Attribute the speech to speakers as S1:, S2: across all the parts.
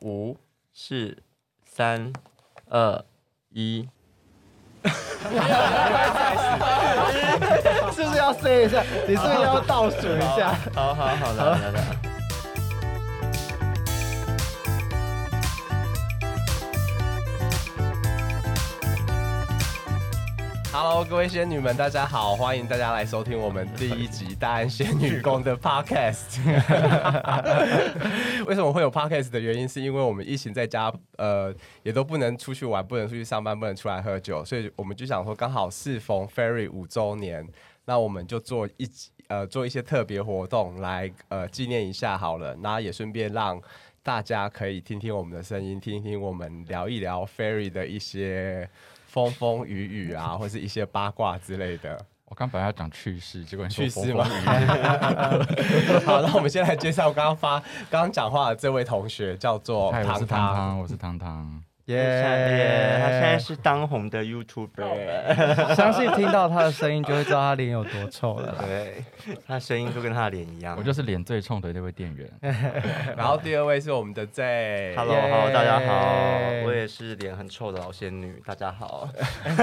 S1: 五、四、三、二、一。
S2: 是不是要 say 一下？你是不是要倒数一下？
S1: 好好好，来来来，
S3: Hello，各位仙女们，大家好，欢迎大家来收听我们第一集《大安仙女宫》的 Podcast。为什么会有 Podcast 的原因，是因为我们疫情在家，呃，也都不能出去玩，不能出去上班，不能出来喝酒，所以我们就想说，刚好适逢 Ferry 五周年，那我们就做一集呃做一些特别活动来呃纪念一下好了，那也顺便让。大家可以听听我们的声音，听听我们聊一聊 Ferry 的一些风风雨雨啊，或是一些八卦之类的
S4: 我刚本来要讲趣事，结果你说
S3: 趣事
S4: 风
S3: 吗
S4: 风雨？
S3: 好，那我们先来介绍刚刚发、刚刚讲话的这位同学，叫做
S4: 嗨，我是
S3: 糖
S4: 汤
S3: 糖。
S4: 汤，我是 汤汤。
S1: 耶！他现在
S2: 耶！
S1: 是当红的 YouTuber，
S2: 相信听到他的声音就会知道他脸有多臭了啦。
S1: 对，他声音就跟他的脸一样
S4: 我。就是脸最冲的那位店员，
S3: 然后第二位是我们 的 Z。
S1: Hello，Hello，大家
S2: 耶
S1: 好，我也是脸很臭的老仙女，大家好。
S2: 你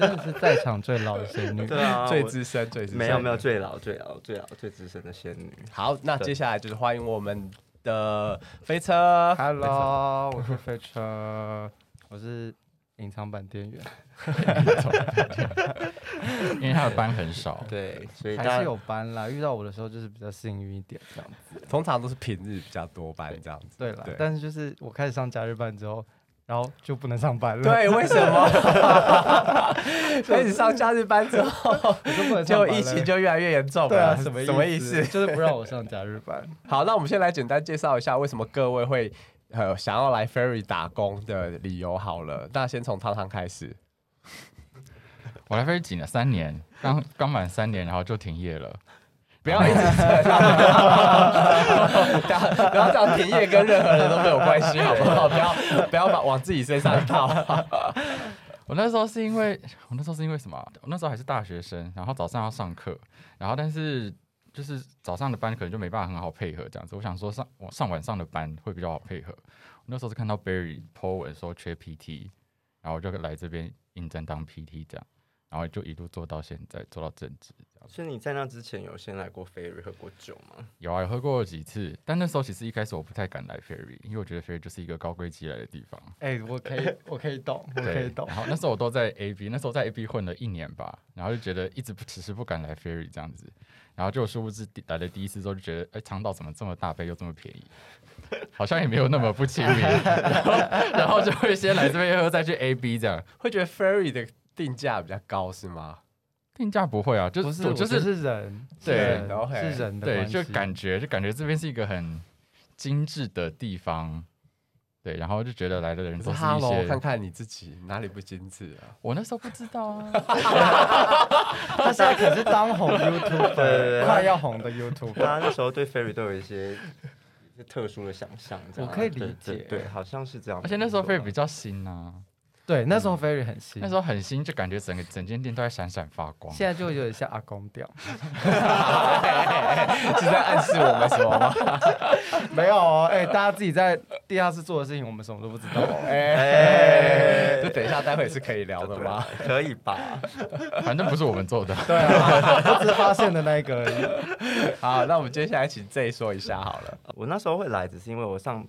S2: 真的是在场最老的仙女。
S1: 对 啊，
S3: 最
S1: 我
S3: 资深，最资深。
S1: 没有没有。最老最老最老最资深的仙女。
S3: 好，那接下来就是欢迎我们的飞车。
S2: Hello，我是飞车，我是隐藏版店员，
S4: 因为他的班 很少。
S1: 对，所以大
S2: 还
S1: 家
S2: 是有班啦。遇到我的时候就是比较幸运一点这样子。
S3: 通常都是平日比较多班这样子。
S2: 对啦，
S3: 对
S2: 但是就是我开始上假日班之后，然后就不能上班了。，
S3: 对，为什么？开始上假日班之后，
S2: 我就不能上
S3: 就
S2: 班了。
S3: 疫情就越来越严重了。
S2: 对啊，什么
S3: 什么意
S2: 思
S3: 思？？
S2: 就是不让我上假日班。
S3: 好，那我们先来简单介绍一下为什么各位会呃想要来 Ferry 打工的理由好了。那先从汤汤开始。
S4: 我来飞几年？三年，刚刚满三年，然后就停业了。
S3: 不要一 直扯到不要不要这样，停业跟任何人都没有关系，好不好？不要不要把往自己身上套。
S4: 我那时候是因为，我那时候是因为什么啊？我那时候还是大学生，然后早上要上课，然后但是就是早上的班可能就没办法很好配合这样子。我想说上我上晚上的班会比较好配合。我那时候是看到 Barry po 文说缺 PT，然后我就来这边应征当 PT 这样，然后就一路做到现在，做到正职。
S1: 所以你在那之前有先来过菲瑞喝过酒吗？
S4: 有啊，有喝过几次，但那时候其实一开始我不太敢来 Ferry，因为我觉得 Ferry 就是一个高贵鸡来的地方。
S2: 哎、我可以，我可以懂，我可以懂。
S4: 然后那时候我都在 AB，那时候在 AB 混了一年吧，然后就觉得一直不迟迟不敢来 Ferry 这样子，然后就殊不知第来的第一次之后就觉得，哎，长岛怎么这么大杯又这么便宜，好像也没有那么不亲民，然后然后就会先来这边喝，再去 AB 这样。
S3: 会觉得 Ferry 的定价比较高是吗？
S4: 定价不会啊，就
S2: 不是，
S4: 我
S2: 我
S4: 就
S2: 就是是人，
S4: 对
S2: 是人
S3: ，OK
S2: 是人的
S4: 对，
S2: 关系，
S4: 就感觉就感觉这边是一个很精致的地方，对，然后就觉得来的
S3: 可
S4: 人
S3: 是
S4: 都是
S3: 哈
S4: 一
S3: 喽，看
S4: 些，
S3: 看你自己哪里不精致啊？
S4: 我那时候不知道啊，
S2: 他现在可是当 红 YouTuber，
S1: 对
S2: 快要红的
S1: 大
S2: YouTuber。
S1: 家那时候对菲瑞都有一些一些特殊的想象，这样
S2: 我可以理解
S1: 对对对，好像是这样。
S4: 而且那时候
S1: 没错
S4: 飞比较新啊，
S2: 对，那时候 Ferry 很新，
S4: 那时候很新，就感觉整个整间店都在闪闪发光。
S2: 现在就有点像阿公调，
S3: 是在暗示我们什么吗？
S2: 没有哦。哎、大家自己在地下室做的事情，我们什么都不知道、哦。
S3: 哎，就等一下，待会是可以聊的吗？
S1: 可以吧？
S4: 反正不是我们 做的。
S2: 对 啊，我只是发现的那一个而已。
S3: 好，那我们接下来请 Z 说一下好了。
S1: 我那时候会来，只是因为我上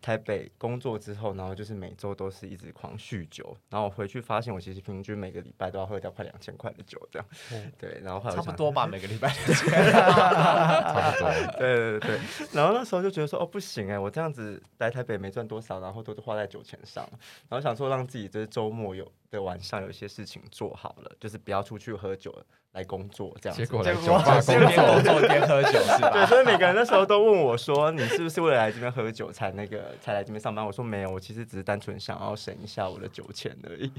S1: 台北工作之后，然后就是每周都是一直狂酗酒，然后我回去发现我其实平均每个礼拜都要喝掉快两千块的酒这样。对，然后后来我
S3: 差
S1: 想
S3: 不多吧，每个礼 拜。
S1: 对对对，对， 然后那时候就觉得说，哦，不行哎，我这样子来台北没赚多少，然后都是花在酒钱上，然后想说让自己就是周末有的晚上有一些事情做好了，就是不要出去喝酒来工作这样子
S4: 结。果来酒吧工
S3: 边
S4: 作，
S3: 工作边喝酒 是
S1: 对，
S3: 吧？
S1: 所以每个人那时候都问我 说：“你是不是为了来这边喝酒才那个才来这边上班？”我说：“没有，我其实只是单纯想要省一下我的酒钱而 已。”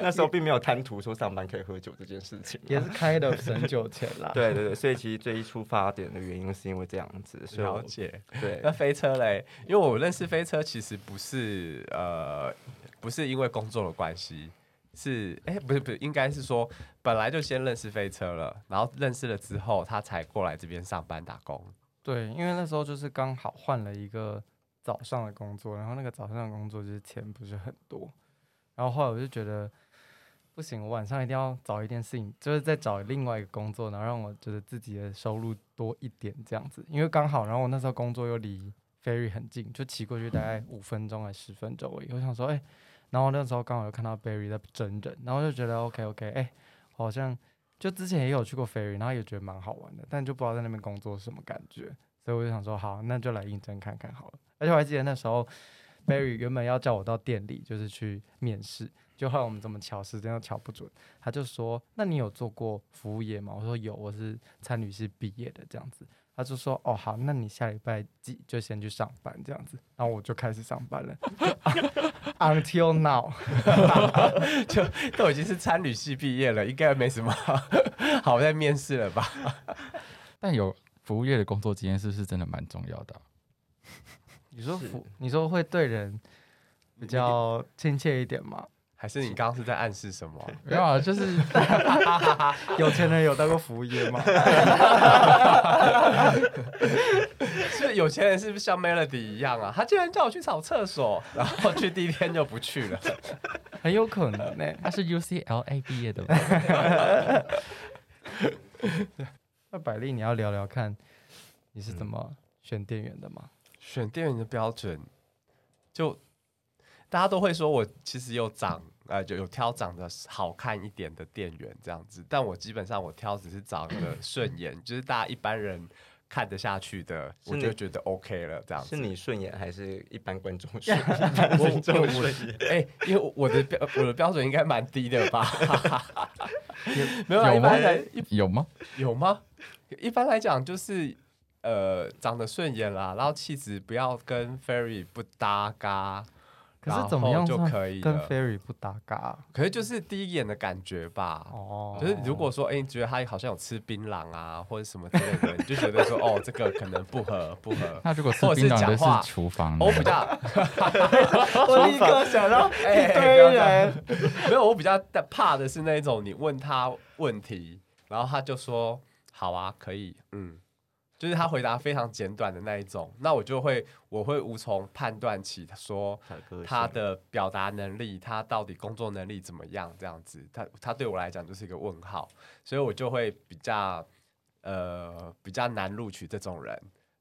S1: 那时候并没有贪图说上班可以喝酒这件事情。啊
S2: 也是 kind of 省酒钱啦。
S1: 对对对，所以其实最一出发点的原因是因为这样子，所以
S3: 了
S1: 我
S3: 解。
S1: 对
S3: 那飞车嘞，因为我认识飞车其实不是呃，不是因为工作的关系，是哎、不是不是，应该是说本来就先认识飞车了，然后认识了之后他才过来这边上班打工。
S2: 对，因为那时候就是刚好换了一个早上的工作，然后那个早上的工作就是钱不是很多，然后后来我就觉得不行，我晚上一定要找一件事情，就是再找另外一个工作，然后让我觉得自己的收入多一点这样子，因为刚好，然后我那时候工作又离 ferry 很近，就骑过去大概五分钟还十分钟而已，我想说，哎、然后那时候刚好又看到 Barry 在真人，然后就觉得 OK OK，哎、好像就之前也有去过 Ferry，然后也觉得蛮好玩的，但就不知道在那边工作是什么感觉，所以我就想说，好，那就来应征看看好了。而且我还记得那时候 Barry 原本要叫我到店里，就是去面试，就后来我们怎么瞧时间都瞧不准，他就说，那你有做过服务业吗？我说有，我是餐旅系毕业的这样子。他就说：“哦，好，那你下礼拜几就先去上班这样子。”然后我就开始上班了 ，until now。
S3: 都已经是参旅系毕业了，应该没什么 好在面试了吧？
S4: 但有服务业的工作经验是不是真的蛮重要的啊、
S2: 你说
S1: 是
S2: 服，你说会对人比较亲切一点吗？
S3: 还是你刚刚是在暗示什么？
S4: 没有啊，就是
S2: 有钱人有当过服务业吗？
S3: 是有钱人是不是像 Melody 一样啊？他竟然叫我去扫厕所，然后去第一天就不去了。
S2: 很有可能呢、欸
S4: 他是 UCLA 毕业的 嘛，
S2: 那百丽，你要聊聊看你是怎
S3: 嗯
S2: 么选店员的吗？
S3: 选店员的标准，就大家都会说我其实有长呃有有挑长得好看一点的店员这样子，但我基本上我挑只是长得顺 眼，就是大家一般人看得下去的，
S1: 是
S3: 我
S1: 你
S3: 就觉得 OK 了这样
S1: 是
S3: 子。
S1: 你顺眼还是一般观 众顺眼？一 般观众顺眼。
S3: 哎、因为我的标我的标准应该蛮低的吧？ 没有啊，
S4: 有
S3: 一
S4: 吗
S3: 般人一
S4: 有吗？
S3: 有吗？一般来讲就是呃长得顺眼啦，然后气质不要跟 Ferry 不搭嘎，
S2: 可是
S3: 然
S2: 怎么样
S3: 后就
S2: 算
S3: 可以
S2: 跟
S3: 了。
S2: Ferry 不搭嘎啊、
S3: 可是就是第一眼的感觉吧。
S2: 哦，
S3: 就是如果说，哎、你觉得他好像有吃槟榔啊，或者什么之类的，你就觉得 说，哦，这个可能不合，不合。哦
S4: 那如果吃
S3: 或者
S4: 槟
S3: 是
S4: 榔的
S3: 讲话
S4: 是厨房呢，
S3: 我比较
S2: 我立刻想到
S3: 啊哎
S2: 一
S3: 不
S2: 堆
S3: 要这样
S2: 人，
S3: 没有，我比较怕的是那种你问他问题，然后他就说好啊，可以，嗯，就是他回答非常简短的那一种，那我就会我会无从判断起说他的表达能力，他到底工作能力怎么样，这样子，他他对我来讲就是一个问号，所以我就会比较呃比较难录取这种人。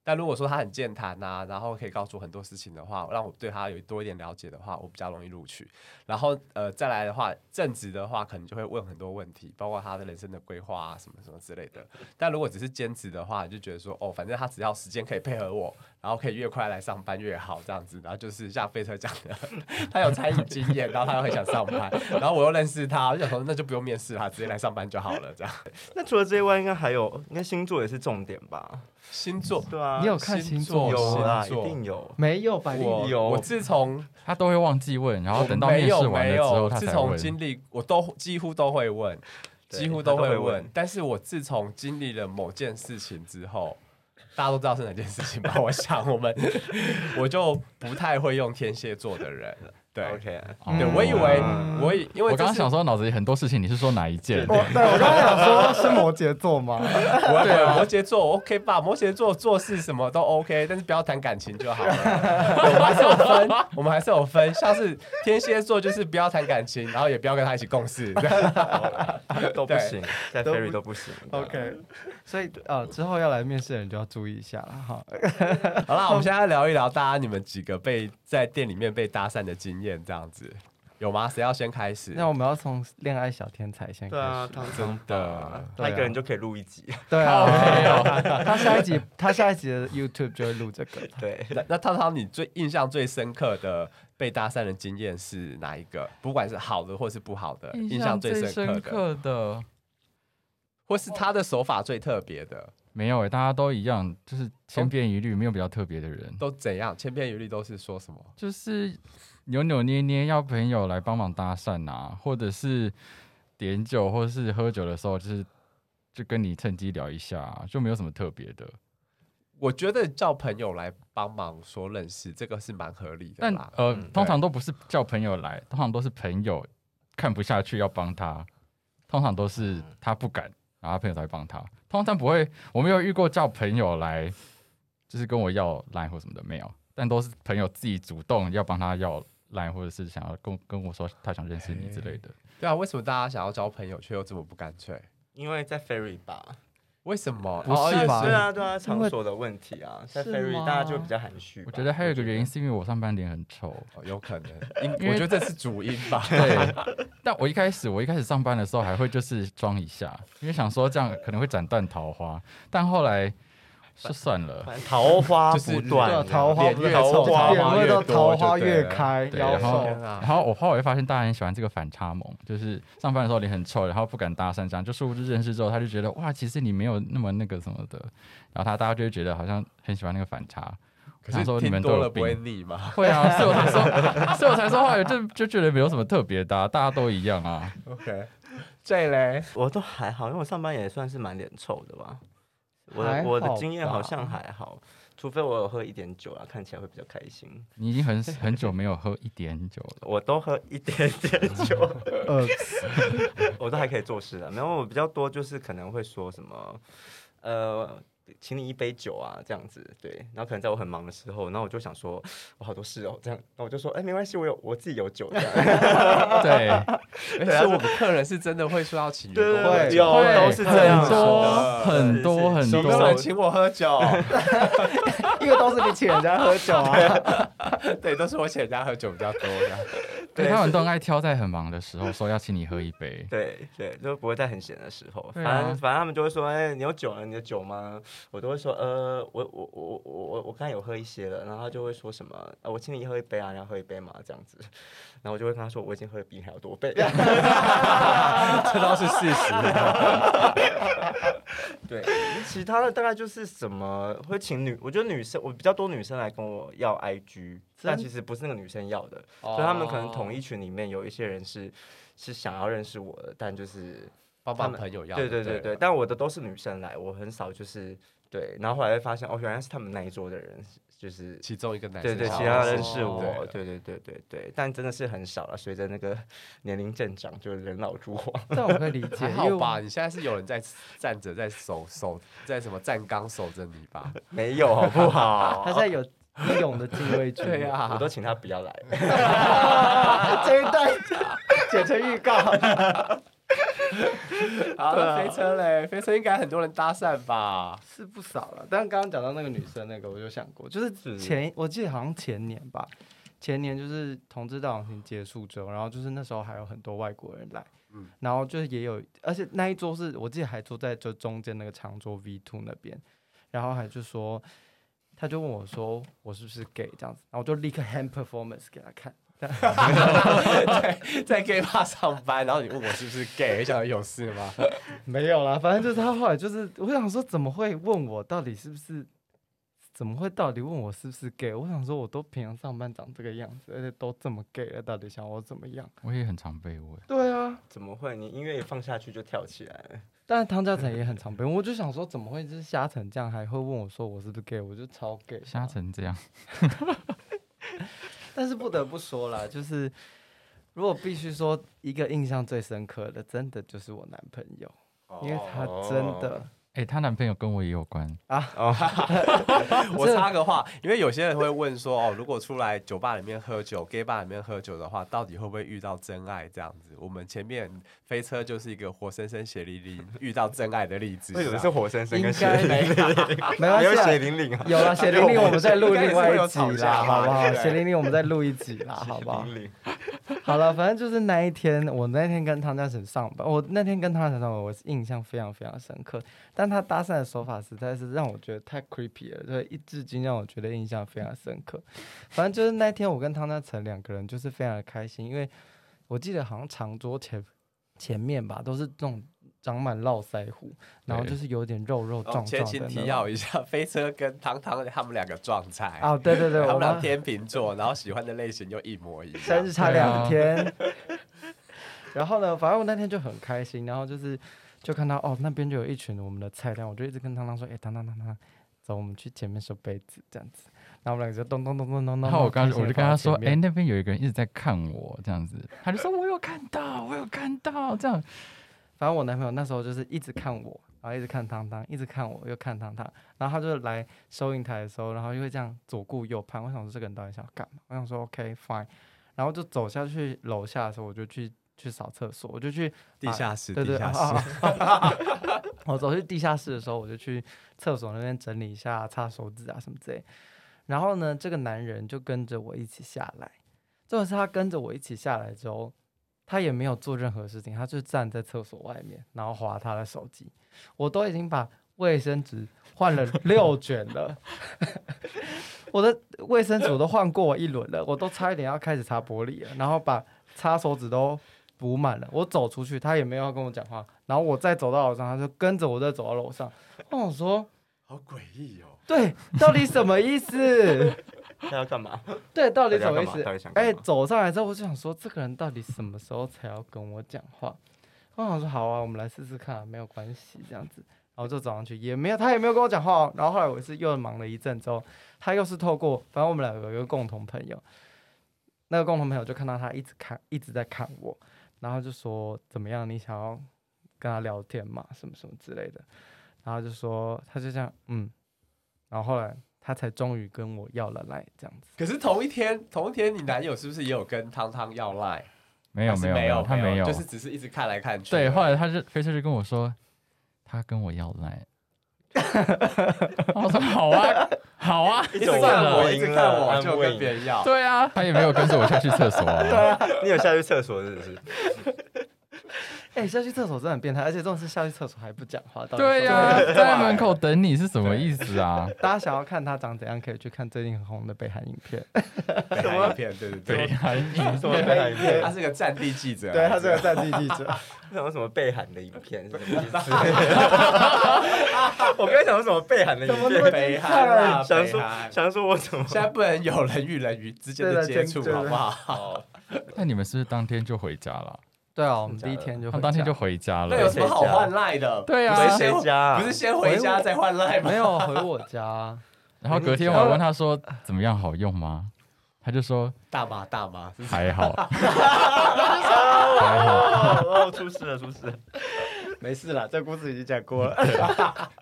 S3: 但如果说他很健谈呐、然后可以告诉我很多事情的话，让我对他有多一点了解的话，我比较容易录取。然后呃，再来的话，正职的话，可能就会问很多问题，包括他的人生的规划啊，什么什么之类的。但如果只是兼职的话，就觉得说，哦，反正他只要时间可以配合我，然后可以越快来上班越好，这样子。然后就是像飞车讲的， 他有餐饮经验，然后他又很想上班，然后我又认识他，我就想说那就不用面试他，直接来上班就好了。这样，
S1: 那除了这一外，应该还有，应该星座也是重点吧？
S3: 星座
S1: 对啊，
S2: 你有看星座
S3: 星
S1: 有
S3: 座
S2: 吗？
S1: 啦，一
S3: 座
S1: 定有。
S2: 没有，百丽，
S3: 我
S1: 有
S3: 我自从
S4: 他都会忘记问，然后等到
S3: 我
S4: 面
S3: 没有
S4: 试完了
S3: 没
S4: 之后，
S3: 有，
S4: 他
S3: 自
S4: 才
S3: 从
S4: 问。
S3: 经历，我都几乎都会问，
S1: 对
S3: 几乎都会
S1: 他都会
S3: 问
S1: 问。
S3: 但是我自从经历了某件事情之后，大家都知道是哪件事情吧？我想我们， 我就不太会用天蝎座的人。对
S1: OK，
S4: 哦
S3: 对，我以为
S1: 嗯
S3: 我以因为
S4: 我刚
S3: 这
S4: 刚
S3: 是
S4: 想说脑子里很多事情，你是说哪一件？
S2: 我哦对我刚刚想说是摩羯座吗？
S3: 我以
S4: 啊
S3: 为摩羯座我 OK 吧？摩羯座做事什么都 OK，但是不要谈感情就好了。 对我们还是有分，我们还是有分。像是天蝎座就是不要谈感情，然后也不要跟他一起共事。
S1: 都不
S3: 对
S1: 行，在
S2: 都
S1: Ferry
S2: 不
S1: 都不行。
S2: OK，所以呃，之后要来面试的人就要注意一下了哈。
S3: 好啦，我们现在聊一聊大家你们几个被在店里面被搭讪的经验，这样子有吗？谁要先开始？
S2: 那我们要从恋爱小天才先开
S1: 对啊，
S2: 始。
S1: 汤
S3: 真的，
S1: 他一啊个人就可以录一集。
S2: 对啊， 他下一集他下一集的 YouTube 就会录这个。
S1: 对，
S3: 那那涛涛，你最印象最深刻的被搭讪的经验是哪一个？不管是好的或是不好的，印象最
S4: 最
S3: 深刻
S4: 深
S3: 的，
S4: 刻的
S3: 或是他的手法最特别的，
S4: 没有诶、欸大家都一样，就是千篇一律，没有比较特别的人。
S3: 都怎样？千篇一律都是说什么？
S4: 就是扭扭捏捏要朋友来帮忙搭讪啊，或者是点酒，或者是喝酒的时候，就是就跟你趁机聊一下啊、就没有什么特别的。
S3: 我觉得叫朋友来帮忙说认识，这个是蛮合理的
S4: 但
S3: 啦。
S4: 呃
S1: 嗯，
S4: 通常都不是叫朋友来，通常都是朋友看不下去要帮他，通常都是他不敢，然后他朋友才会帮他。通常不会，我没有遇过叫朋友来就是跟我要 line 或什么的没有，但都是朋友自己主动要帮他要 line，或者是想要跟跟我说他想认识你之类的。
S3: 对啊，为什么大家想要交朋友却又这么不干脆？
S1: 因为在 Ferry 吧，
S3: 为什么？哦
S2: 不是吧
S1: 对啊对啊，
S2: 因
S1: 场
S2: 为
S1: 所的问题啊，在
S2: 是
S1: Ferry
S2: 吗
S1: 大家就会比较含蓄吧。
S4: 我觉得还有一个原因是因为我上班脸很 丑，
S3: 哦有可能，因
S4: 因为
S3: 我觉得这是主因吧。
S4: 对，但我一开始我一开始上班的时候还会就是装一下，因为想说这样可能会斩断桃花，但后来说算了，
S1: 反正桃花
S3: 就是
S1: 不断
S2: 对
S1: 啊，
S2: 啊桃花
S3: 脸
S2: 不
S3: 越
S2: 是
S3: 臭，
S1: 丑
S3: 花
S1: 脸
S3: 花
S2: 会
S3: 越
S2: 到
S3: 多，
S2: 桃花
S3: 就
S2: 越
S3: 对了。
S2: 开，
S4: 对
S2: 妖
S4: 然后
S2: 兽
S3: 天啊
S4: 然！后我后来发现大家很喜欢这个反差萌，就是上班的时候脸很臭，然后不敢搭讪这样，就殊不知认识之后他就觉得哇，其实你没有那么那个什么的，然后他大家就会觉得好像很喜欢那个反差。
S3: 可
S4: 想
S3: 是
S4: 说你
S3: 听
S4: 们都
S3: 多
S4: 有
S3: 了不
S4: 病
S3: 会腻吗？
S4: 会啊，所以我才说， 所以我才说后来就就觉得没有什么特别的啊、大家都一样啊。
S3: OK，这嘞，
S1: 我都还好，因为我上班也算是蛮脸臭的吧。我
S2: 还
S1: 的
S2: 好
S1: 我的经验好
S2: 吧
S1: 像还好，除非我有喝一点酒啊，看起来会比较开心。
S4: 你已经很很久没有喝一点酒了，
S1: 我都喝一点点 酒，
S2: 呃，
S1: 我都还可以做事的。没有，我比较多就是可能会说什么，呃，请你一杯酒啊，这样子。对，然后可能在我很忙的时候，然后我就想说，我好多事哦，这样，然后我就说，哎，没关系，我有我自己有酒。 这样
S4: 对，
S3: 而且我们客人是真的会说要请员
S1: 啊对对
S3: 工喝
S1: 对，
S3: 酒
S1: 有
S4: 会
S1: 都是这样
S4: 很
S1: 子的，
S4: 多很多
S1: 是
S4: 很
S1: 是
S3: 有
S4: 多
S3: 没有人请我喝 酒？
S2: 因为都是你请人家喝酒啊，
S3: 对，都是我请人家喝酒比较多的。
S4: 对他们都很爱挑在很忙的时候说要请你喝一杯。
S1: 对对，就不会在很闲的时候，
S4: 对
S1: 反
S4: 啊
S1: 正反正他们就会说，哎、你有酒了，你的酒吗？我都会说，呃，我我我我我我刚才有喝一些了，然后他就会说什么，呃，我请你喝一杯啊，你要喝一杯嘛，这样子，然后我就会跟他说，我已经喝的比你还要多杯，
S3: 这倒是事实。
S1: 对，其他的大概就是什么会请女，我觉得女生我比较多女生来跟我要 IG，但其实不是那个女生要的，
S3: 哦
S4: 哦
S1: 所以他们可能同一群里面有一些人是是想要认识我的，但就是
S3: 帮
S1: 他
S3: 帮
S1: 们
S3: 朋友要
S1: 对
S3: 就
S1: 对
S3: 对
S1: 对对，
S3: 了，
S1: 但我的都是女生来，我很少就是对，然后后来会发现哦，原来是他们那一桌的人，就是
S3: 其中一个男
S1: 对
S3: 生哦
S1: 对，
S3: 想
S1: 其
S3: 要
S1: 他人
S3: 认识
S1: 是
S3: 你
S1: 我，
S3: 对
S1: 对对对对对，但真的是很少了，随着那个 年龄渐长，就人老珠黄。
S2: 但我可以理解，
S3: 还
S2: 因为
S3: 好
S2: 我
S3: 吧？你现在是有人在站着在守守在什么站岗守着你吧？
S1: 没有好不好？
S2: 他现在有义勇的敬畏军，
S3: 对啊
S1: 我都请他不要来。
S2: 这一段剪成预告，
S3: 好，
S1: 啊
S3: 那飞车嘞，飞车应该很多人搭讪吧？
S2: 是不少了。但刚刚讲到那个女生那个，我就想过，就是
S1: 是
S2: 前我记得好像前年吧，前年就是同志大游行结束之后，然后就是那时候还有很多外国人来，
S3: 嗯
S2: 然后就是也有，而且那一桌是我记得还坐在就中间那个长桌 V two 那边，然后还就说，他就问我说我是不是 gay 这样子，然后我就立刻 hand performance 给他看。
S3: 在 gay bar 上班，然后你问我是不是 gay，你想有事吗？
S2: 没有啦，反正就是他后来就是，我想说怎么会问我到底是不是，怎么会到底问我是不是 gay？我想说我都平常上班长这个样子，而且都这么 gay 了，到底想我怎么样？
S4: 我也很常被问，
S2: 对啊，
S1: 怎么会？你音乐一放下去就跳起来了？
S2: 但是汤家成也很常被问，我就想说怎么会就是瞎成这样，还会问我说我是不是 gay？我就超 gay，的
S4: 瞎成这样，
S2: 但是不得不说啦，就是如果必须说一个印象最深刻的，真的就是我男朋友，因为他真的。
S4: 哎、她男朋友跟我也有关，
S3: 我插个话，因为有些人会问说，哦，如果出来酒吧里面喝酒、gay bar 里面喝酒的话，到底会不会遇到真爱这样子？我们前面飞车就是一个活生生血淋淋遇到真爱的例子。
S1: 为什么
S3: 吧
S1: 是活生生
S2: 应
S1: 跟血
S2: 该
S1: 淋
S2: 没
S1: 淋？
S2: 没 关
S1: 没有
S2: 系啊
S1: 血淋淋啊，
S2: 有 了血
S3: 哎
S2: 淋淋，我们再录另外一集
S3: 应该也是会有吵
S2: 啦，
S3: 架吧
S2: 好不好？
S3: 对不对
S2: 血淋淋，我们再录一集 啦，好不好
S1: 血？淋淋
S2: 好了，反正就是那一天，我那天跟汤家成上班，我那天跟汤家成上班，我是印象非常非常深刻。但他搭讪的手法实在是让我觉得太 creepy 了，所以一至今让我觉得印象非常深刻。反正就是那天我跟汤家成两个人就是非常的开心，因为我记得好像长桌前前面吧，都是这种长满络腮胡，然后
S4: 对
S2: 就是有点肉肉
S3: 哦
S2: 壮壮的那
S3: 前
S2: 种。
S3: 情提要一下，飞车跟汤汤他们两个撞菜，
S2: 啊，对对对，
S3: 他
S2: 我
S3: 们
S2: 们
S3: 俩天秤座，然后喜欢的类型又一模一样。
S2: 生日差两
S4: 啊
S2: 天。 然后呢，反正我那天就很开心，然后就是就看到哦，那边就有一群我们的菜单，我就一直跟汤汤说，哎，汤汤汤汤，走，我们去前面收杯子这样子。然后我们两个就咚咚咚咚咚咚。
S4: 然后我刚我就跟他说，哎、
S2: 哎，
S4: 那边有一个人一直在看我这样子，他就说我有看到，我有看到这样，
S2: 反正我男朋友那时候就是一直看我，然后一直看汤汤，一直看我，又看汤汤，然后他就来收银台的时候，然后又会这样左顾右盼。我想说这个人到底想要干嘛？我想说 OK fine，然后就走下去楼下的时候，我就去去扫厕所，我就去
S3: 地下室，
S2: 对
S3: 地
S2: 对
S3: 下
S2: 啊
S3: 室，
S2: 啊啊啊 我走去地下室的时候，我就去厕所那边整理一下，擦手指啊什么之类。然后呢，这个男人就跟着我一起下来。重点是他跟着我一起下来之后，他也没有做任何事情，他就站在厕所外面，然后划他的手机。我都已经把卫生纸换了六卷了， 我的卫生纸我都换过一轮了，我都差一点要开始擦玻璃了，然后把擦手指都补满了。我走出去，他也没有要跟我讲话，然后我再走到楼上，他就跟着我再走到楼上。我想说，
S3: 好诡异哦。
S2: 对，到底什么意思？
S1: 他要干嘛？
S2: 对，到底什么意
S1: 到底要干嘛到底
S2: 思
S1: 想？干
S2: 哎、
S1: 嘛
S2: 走上来之后，我就想说，这个人到底什么时候才要跟我讲话？我想说，好啊，我们来试试看、啊，没有关系，这样子。然后就走上去，也没有，他也没有跟我讲话、哦。然后后来我是又忙了一阵之后，他又是透过，反正我们两个有一个共同朋友，那个共同朋友就看到他一直看，一直在看我，然后就说怎么样，你想要跟他聊天嘛，什么什么之类的。然后就说，他就这样，嗯。然后后来他才终于跟我要了来，这样子。
S3: 可是同一天，同一天，你男友是不是也有跟汤汤要赖？
S4: 没有
S3: 还是
S4: 没有
S3: 没有，
S4: 他没有，
S3: 就是只是一直看来看去。
S4: 对，后来他就飞车就跟我说，他跟我要来。我说好 啊，好啊，
S1: 一
S3: 一直
S1: 种
S3: 看我，
S1: 我
S3: 一直
S1: 赢
S3: 看
S1: 了
S3: 我，
S1: 安
S3: 就
S1: 慰
S3: 跟别人要。
S4: 对啊，他也没有跟着我下去厕所啊。
S1: 你有下去厕所是不是？
S2: 哎、下去厕所真的很变态，而且这种是下去厕所还不讲话。到底
S4: 对
S2: 是
S4: 呀、啊，在门口等你是什么意思啊？
S2: 大家想要看他长怎样，可以去看最近很红的北韩影片。
S3: 北韩影片，对对
S4: 对
S3: 对，
S4: 啊，
S1: 什么背影片？
S3: 他是个战地记者，啊
S2: 啊他是个战地记者，
S1: 那种什么被喊的影片是什么意思？ 我刚才想说什么被喊的影
S3: 对
S1: 片，
S3: 北韩啊，
S1: 想
S3: 北
S1: 说
S3: 韩。
S1: 想说我怎么
S3: 现在不能有人与人与之间的接触，好不好？
S4: 那你们是不是当天就回家了？
S2: 对啊，我们第一天就
S4: 他
S2: 回
S4: 们当天
S2: 家
S4: 就回家
S3: 那有
S4: 了。
S3: 什么好换赖的？
S4: 对
S1: 回
S4: 啊，
S1: 谁家啊？
S3: 不是先回家再换赖吗？
S2: 没有回我家，
S4: 然后隔天我还问他说怎么样好用吗？他就说
S3: 大妈大妈，是不是
S4: 还好，
S1: 还好， 哦，出事了，出事了！
S2: 没事啦，这故事已经讲过了。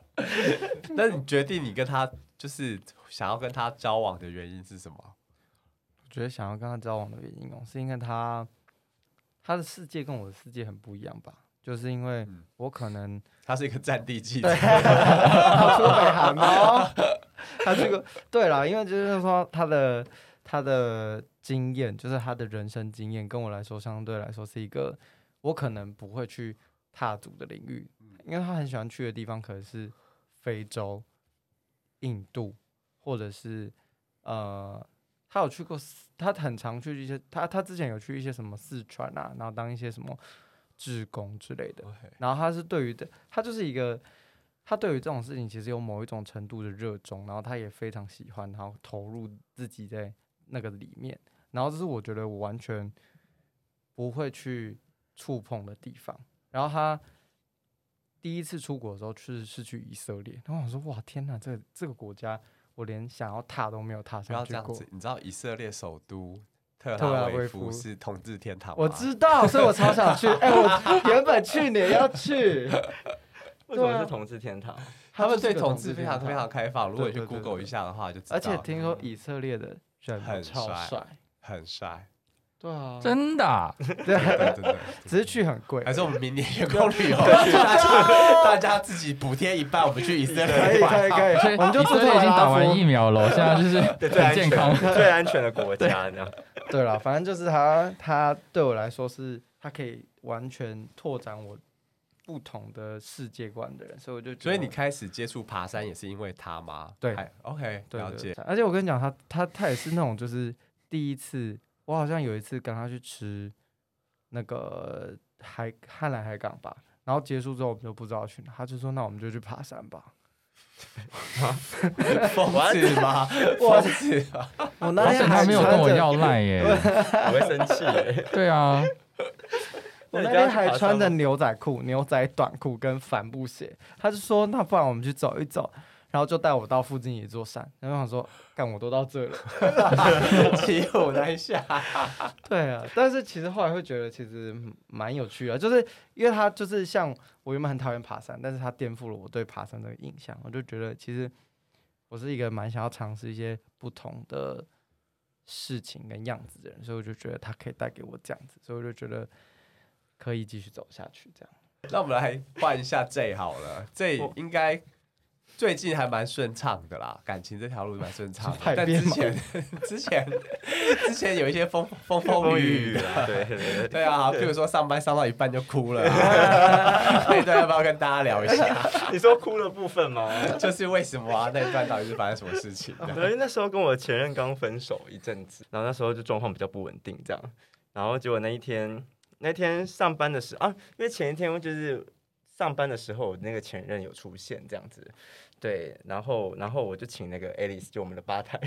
S3: 那你决定你跟他就是想要跟他交往的原因是什么？
S2: 我觉得想要跟他交往的原因哦，是因为他他的世界跟我的世界很不一样吧。就是因为
S3: 嗯
S2: 我可能
S3: 他是一个战地记者，
S2: 跑出北韩哦，他这个对啦，因为就是说他的他的经验，就是他的人生经验，跟我来说相对来说是一个我可能不会去踏足的领域，因为他很喜欢去的地方可能是非洲、印度，或者是呃，他有去过四，他很常去一些，他他之前有去一些什么四川啊，然后当一些什么志工之类的。然后他是对于的，他就是一个，他对于这种事情其实有某一种程度的热衷，然后他也非常喜欢，然后投入自己在那个里面，然后这是我觉得我完全不会去触碰的地方。然后他第一次出国的时候去是去以色列，然后我说哇天哪，这这个国家我连想要踏都没有踏
S3: 不要
S2: 上
S3: 这
S2: 去
S3: 样
S2: 过
S3: 子。。你知道以色列首都特
S2: 特
S3: 拉
S2: 拉
S3: 维
S2: 维
S3: 夫
S2: 夫
S3: 是统治天堂吗？
S2: 我知道，所以我超想去。哎、我原本去年要 去，
S1: 为什么是同志天堂？
S3: 他们对
S2: 统
S3: 统
S2: 治
S3: 治非常非常开放，如果你去
S2: 对对对
S3: Google
S2: 对
S3: 一下的话，就知道。
S2: 而且听说以色列的
S3: 很
S2: 人超
S3: 帅
S2: 帅，
S3: 很帅，
S2: 对啊，
S4: 真的啊、
S3: 对
S2: 对，
S3: 真的。
S2: 只是去很贵
S3: 还，是我们明年员工旅游，大家大家自己补贴一半，我们去以色
S2: 可
S3: 列
S2: 以
S3: 玩。
S2: 可以可以
S4: 所以，
S2: 我们就
S4: 以
S2: 做
S4: 色
S2: 特
S4: 列已经打完疫
S2: 疫。
S4: 苗了，现在就是
S1: 对，啊最
S4: 很
S1: 安
S4: 健
S1: 全、
S4: 康。
S1: 最安全的国家，这样
S2: 对了，反正就是他，他对我来说是，他可以完全拓展我不同的世界观的人，所以我就觉
S3: 所
S2: 得
S3: 以你开始接触爬山也是因为他吗？
S2: 对
S3: 还，OK，
S2: 对
S3: 了
S2: 对
S3: 解。
S2: 对而且我跟你讲，他他他也是那种，就是第一次，我好像有一次跟他去吃那个海汉来海港吧，然后结束之后我们就不知道去哪，他就说那我们就去爬山吧。
S3: 疯子吗？
S2: 我
S3: 疯子吗？
S2: 我那
S4: 而且
S2: 天
S4: 啊他
S2: 还
S4: 没有
S2: 穿
S4: 跟我
S2: 着
S4: 要赖耶、
S1: 我会生气耶。
S4: 对啊，
S1: 那
S2: 我那
S1: 你这样
S2: 天
S1: 去
S2: 还
S1: 爬山
S2: 穿着
S1: 吗
S2: 牛仔裤、牛仔短裤跟帆布鞋，他就说那不然我们去走一走。然后就带我到附近一座山，然后我想说，干我都到这了， 骑 我南下。对啊，但是其实后来会觉得其实蛮有趣的，就是因为它就是像我原本很讨厌爬山，但是它颠覆了我对爬山的印象，我就觉得其实我是一个蛮想要尝试一些不同的事情跟样子的人，所以我就觉得它可以带给我这样子，所以我就觉得可以继续走下去这样。
S3: 那我们来换一下 J 好了，J
S1: 我
S3: 应该最近还蛮顺畅的啦，感情这条路蛮顺畅 的
S2: 是派，
S3: 但
S2: 变
S3: 之前之前之前有一些风 风风雨雨的。
S1: 对对对
S3: 对啊，比如说上班上到一半就哭 了、啊，那一段要不要跟大家聊一下？
S1: 你说哭的部分吗？
S3: 就是为什么啊？那一段到底是发生什么事 情？
S1: 因为那时候跟我前任刚分手一阵子，然后那时候就状况比较不稳定，这样。然后结果那一天，那天上班的时啊，因为前一天就是上班的时候，那个前任有出现这样子，对。然后，然后我就请那个 Alice，就我们的吧台，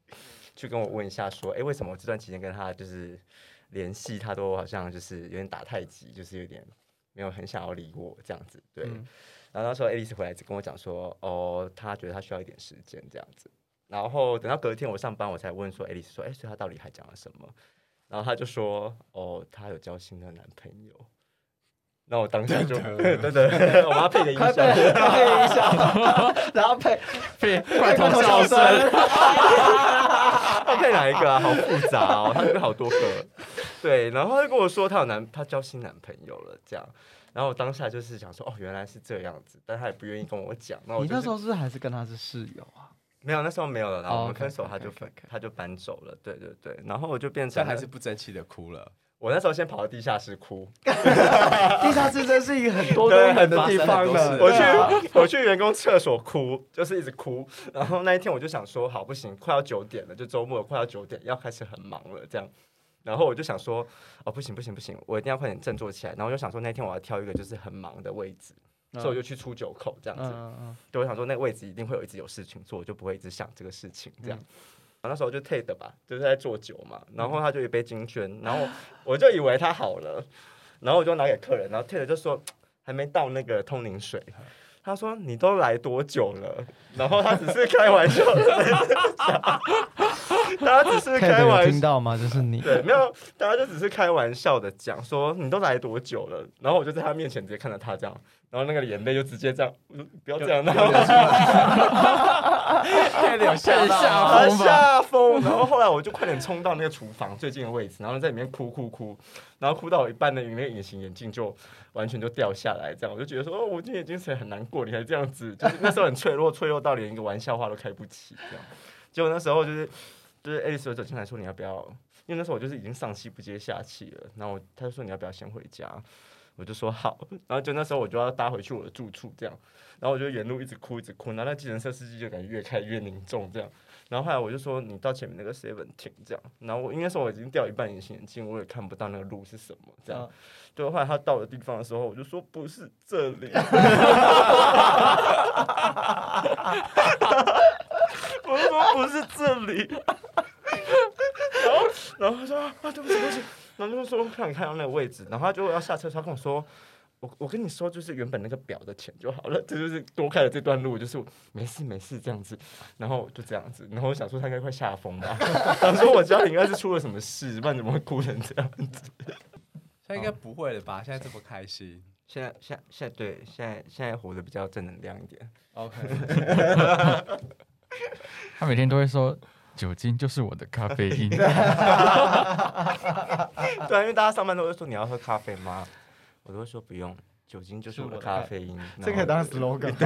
S1: 去跟我问一下说，哎，为什么我这段期间跟他就是联系，他都好像就是有点打太极，就是有点没有很想要理我这样子，对。
S2: 嗯
S1: 然后那时候 Alice 回来只跟我讲说，哦，她觉得她需要一点时间这样子。然后等到隔天我上班，我才问说，Alice 说，哎，所以她到底还讲了什么？然后她就说，哦，她有交新的男朋友。那我当下就， 对对，我妈配的音
S2: 快
S1: 效，
S2: 配配一下，然后配
S4: 被罐头
S2: 头
S4: 笑
S2: 声
S4: 声。
S1: 她配哪一个啊？好复杂哦，她这边好多个。对，然后她就跟我说她有男，她交新男朋友了这样。然后我当下就是想说，哦，原来是这样子，但她也不愿意跟我讲。那我
S2: 你
S1: 就
S2: 那
S1: 是
S2: 时候是不是还是跟他是室友啊？
S1: 没有，那时候没有了啦。
S2: 哦
S1: 我们分
S2: OK，OK，
S1: 手，他就分
S2: OK，OK
S1: 他就搬走了。对对对，然后我就变成
S3: 但
S1: 了
S3: 还是不争气的哭 了。
S1: 我那时候先跑到地下室哭，
S2: 地下室真是一个很多
S1: 对
S2: 人很的
S1: 很
S2: 地
S3: 麻烦
S2: 方
S3: 很多
S2: 呢。
S3: 事
S1: 我
S2: 对啊
S1: 去我去员工厕所哭，就是一直哭。然后那一天我就想说，好不行，快要九点了，就周末快要九点，要开始很忙了这样。然后我就想说，哦不行不行不行，我一定要快点振作起来。然后我就想说，那天我要挑一个就是很忙的位置，所以我就去出九口这样子。
S2: 嗯嗯
S1: 对，我想说那个位置一定会有一直有事情做，我就不会一直想这个事情这样。
S2: 嗯
S1: 然后那时候就 Tate 吧，就是在做酒嘛，然后他就一杯金萱，然后我就以为他好了，然后我就拿给客人，然后 Tate 就说还没到那个通灵水，他说你都来多久了？然后他只是开玩笑的，他只是
S2: 嗯
S1: 开
S2: Ted 有
S1: 玩
S2: 听到吗？就是你，
S1: 对，没有，大家就只是开玩笑的讲说你都来多久了，然后我就在他面前直接看着他这样，然后那个眼泪就直接这样，嗯不要这样，然后
S3: 太有
S4: 吓到啊
S1: 他
S4: 疯吧
S1: 吓疯，然后后来我就快点冲到那个厨房最近的位置，然后在里面哭哭哭，然后哭到一半的那个隐形眼镜就完全就掉下来，这样我就觉得说，哦，我今天已经是很难过，你还这样子，就是那时候很脆弱，脆弱到连一个玩笑话都开不起，这样。结果那时候就是就是爱丽丝走进来说你要不要，因为那时候我就是已经上气不接下气了，然后我她就说你要不要先回家，我就说好，然后就那时候我就要搭回去我的住处这样，然后我就沿路一直哭一直哭，然后那计程车司机就感觉越开越凝重这样，然后后来我就说你到前面那个 seven 停这样，然后我因为那时候我已经掉一半隐形眼镜，我也看不到那个路是什么这样，对，后来他到了地方的时候，我就说不是这里， 我就说不是这里，然后然后他说啊对不起对不起，然后就说让你看到那个位置，然后他就要下车，他跟我说。我我跟你说，就是原本那个表的钱就好了，这就是多开了这段路，就是没事没事这样子，然后就这样子，然后我想说他应该快吓疯吧， 想说我家里应该是出了什么事，不然怎么会哭成这样？
S3: 现在应该不会了吧？现在这么开心。
S1: 现在现在现在对现在现在活得比较正能量一点。
S3: OK，
S4: 他每天都会说，酒精就是我的咖啡因。
S1: 对啊，因为大家上班都会说你要喝咖啡吗？我都会说不用，酒精就是我的咖啡因。
S2: 这可以当 slogan 吗。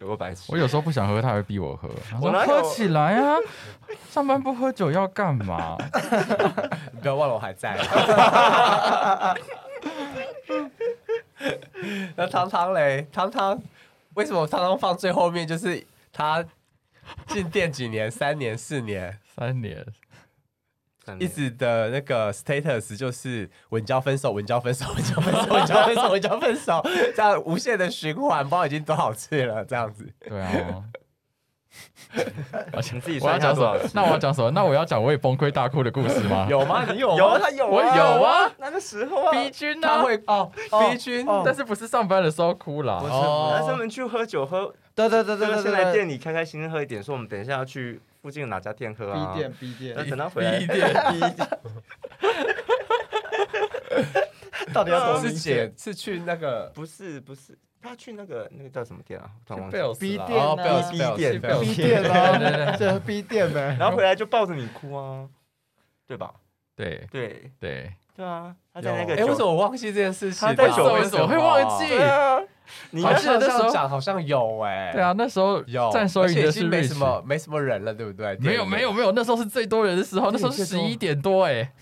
S1: 有个白痴
S4: 我，有时候不想喝，他还会逼我喝。他
S1: 我
S4: 说
S1: 哪有
S4: 喝起来啊，上班不喝酒要干嘛？
S3: 你不要忘了我还在。 那汤汤嘞，汤汤为什么汤汤放最后面？就是他进店几年，三年、四年，
S4: 三年，
S3: 一直的那个 status 就是稳交分手，稳交分手，稳交分手，稳交分手，稳交分手，这样无限的循环，不知道已经多少次了，这样子。
S4: 对啊。而且
S1: 你自己
S4: 我
S1: 算一
S4: 要
S1: 下
S4: 讲什
S1: 多少
S4: 么
S1: 次？
S4: 那我要讲什么？那我要讲我也崩溃大哭的故事吗？
S3: 有吗？你有
S1: 有啊，
S3: 吗？
S1: 他有啊，
S4: 我有啊，
S1: 那个时候啊。
S4: 逼君呢？
S3: 他会哦
S2: 哦
S3: ，B 君
S2: 哦
S4: 但是不是上班的时候哭啦？
S3: 哦
S1: 男生们去喝酒喝，
S2: 对对对对
S1: 就是先
S2: 对
S1: 来
S2: 对
S1: 店
S2: 对
S1: 里开开心心喝一点，说我们等一下要去附近的哪家店喝啊
S5: ，B？店 B
S1: 那
S5: 店，
S1: 等他回来
S4: 一， 点，
S5: 到底要
S2: 哦
S5: 多
S3: 是
S5: 明显？
S3: 姐是去那个
S1: 不是不是，他去那个那个叫什么店啊？我突然忘记
S5: 逼
S1: 了。
S3: Bells 啦
S5: 店
S3: 哦
S5: 啊
S3: Bells-
S1: 逼
S3: Bells-
S1: 店
S3: Bells-
S5: 逼
S3: Bells-
S5: 店
S4: 对对
S5: 啊，这 B 店呢？
S1: 然后回来就抱着你哭啊，对吧？
S4: 对
S1: 对
S4: 对，
S1: 对啊，他在那个
S3: 哎、
S1: 酒
S3: 为什么我忘记这件事情啊？
S1: 他在酒
S4: 为什么会忘记？
S1: 对啊，你
S3: 好
S4: 好
S1: 那
S4: 像
S3: 像
S4: 那时候
S3: 讲好像有哎、
S4: 对啊，那时候
S3: 有，
S4: 占收
S3: 而
S4: 银
S3: 且已
S4: 的
S3: 经
S4: 是
S3: 没
S4: Rich
S3: 什么没什么人了，对不对？
S4: 没有没有没有，那时候是最多人的时候，那时候是十一点多哎、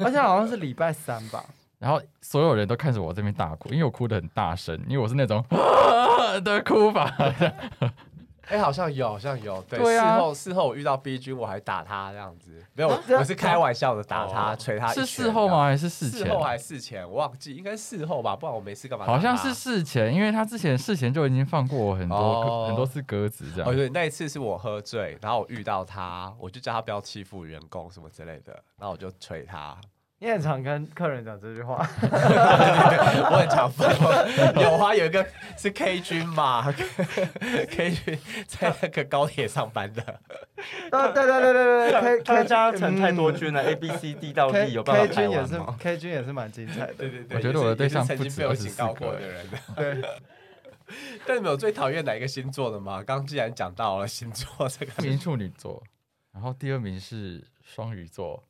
S2: 而且好像是礼拜三吧，
S4: 然后所有人都看着我这边大哭，因为我哭的很大声，因为我是那种 的哭法。
S3: 哎、好像有，好像有。对，
S4: 对啊
S3: 事后事后我遇到 B 君，我还打他这样子，没有，我是开玩笑的打他，捶他。
S4: 哦是事后吗？？还是事前
S3: 啊事？后还是事前？我忘记，应该是事后吧，不然我没事干嘛打他？
S4: 好像是事前，因为他之前事前就已经放过我很多、
S3: 哦
S4: 很多次鸽子这
S3: 哦，
S4: 样。
S3: 对，那一次是我喝醉，然后我遇到他，我就叫他不要欺负员工什么之类的，然后我就捶他，
S2: 你很常跟客人讲这句话，
S3: 我很常发。 有啊，有一个是 K 君嘛 ，K 君在那个高铁上班的，
S2: 对对对对对对，K
S1: 他
S2: K
S1: 家成太多军了，A
S2: 嗯
S1: B C D 到
S2: K
S1: D 有办法
S2: K
S1: 排
S2: 君也
S1: 完
S2: 是
S1: 吗？
S2: K 君也是蛮精彩的，
S3: 对对
S4: 我觉得我的对象
S3: 也是曾
S4: 不
S3: 经
S4: 止
S3: 被我
S4: 24
S3: 警告过的
S4: 个
S3: 人。
S2: 对，
S3: 但你们有最讨厌哪一个星座的吗？刚既然讲到了星座这个，
S4: 第一名处女座，然后第二名是双鱼座。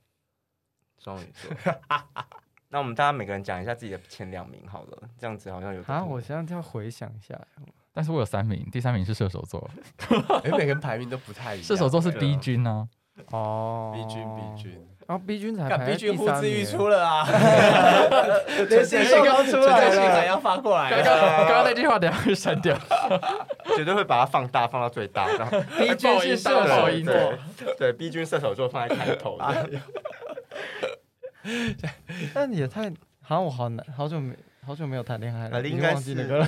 S1: 双鱼座。 那我们大家每个人讲一下自己的前两名好了，这样子好像有个
S2: 啊，
S1: 统
S2: 我
S1: 一
S2: 现在就要回想一下，
S4: 但是我有三名，第三名是射手座，
S3: 哎，每个人排名都不太一样。
S4: 射手座是
S1: 对啊
S4: B 君啊，
S2: 哦
S3: B 君 B，君，
S2: 然后 B 君
S4: 哦
S2: 才
S3: 看
S2: 排
S3: B 君呼之欲出
S2: 了，
S3: 了啊，
S2: 连信息都出
S3: 存在
S2: 来
S3: 性还
S2: 了，
S3: 要发过来
S4: 刚
S3: 了。
S4: 刚刚刚那句话等一下会删 掉。
S1: 绝对会把它放大，放到最大。这 样
S2: B 君是射
S4: 爆
S2: 手
S4: 音
S2: 座，
S1: 对对，B 君射手座放在开头 的，
S2: 但也太，好像我好难，好久没好久没有谈恋爱
S1: 啊
S2: 了，
S1: 应
S2: 已经
S1: 该
S2: 忘记那
S1: 是
S2: 个了。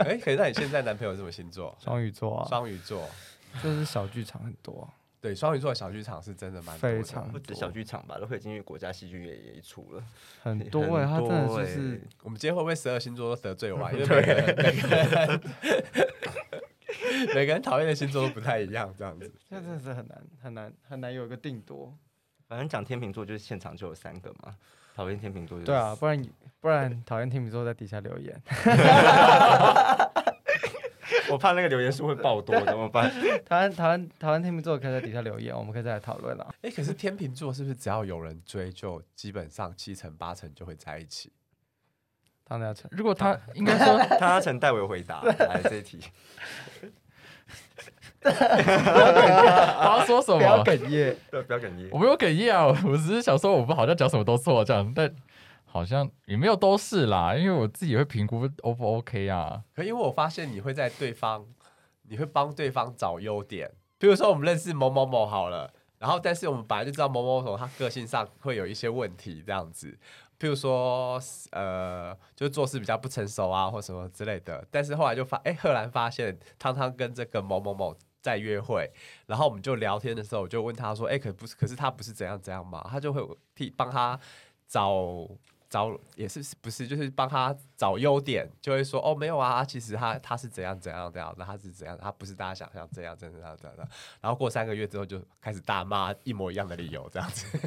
S3: 哎，可是那你现在男朋友是什么星座？
S2: 双鱼
S4: 哦
S2: 座啊，
S3: 双鱼座。
S2: 就是小剧场很多啊，
S3: 对，双鱼座的小剧场是真的蛮多的
S2: 非常
S1: 不止小剧场吧，都会进去国家戏剧院也一出了，
S2: 很多哎，他真的
S1: 很多
S2: 就
S1: 欸
S2: 是
S3: 我们今天会不会十二星座都得罪我啊？因为每个人每个人 每个人讨厌的星座都不太一样，这样子。
S2: 现在真的是很难很难很难有一个定夺。
S1: 反正讲天秤座就是现场就有三个嘛，讨厌天秤座就是
S2: 对啊，不然不然讨厌天秤座在底下留言，
S1: 我怕那个留言数会爆 多，怎么办？
S2: 讨厌讨厌讨厌天秤座可以在底下留言，我们可以再来讨论了。
S3: 哎、可是天秤座是不是只要有人追，就基本上七成八成就会在一起？
S2: 唐家成，
S4: 如果他应该说
S1: 他成代为回答来这一题，
S4: 我要说什
S2: 不要
S4: 么？
S2: 哽咽，
S1: 对，不要哽咽
S4: 我。没有哽咽啊，我只是想说，我们好像讲什么都错这样，但好像也没有都是啦，因为我自己会评估 O 不 OK 啊。
S3: 可因为我发现你会在对方，你会帮对方找优点。比如说我们认识某某某好了，然后但是我们本来就知道某某某他个性上会有一些问题，这样子。譬如说，呃，就是做事比较不成熟啊，或什么之类的。但是后来就发，哎、赫然发现汤汤跟这个某某某在约会，然后我们就聊天的时候，我就问他说，哎、可不是，可是他不是怎样怎样嘛？他就会替帮他找找也是不是就是帮他找优点，就会说哦没有啊，其实他他是怎样怎样怎样，那他是怎样，他不是大家想象这样这样这样这样。然后过三个月之后就开始大骂一模一样的理由，这样子。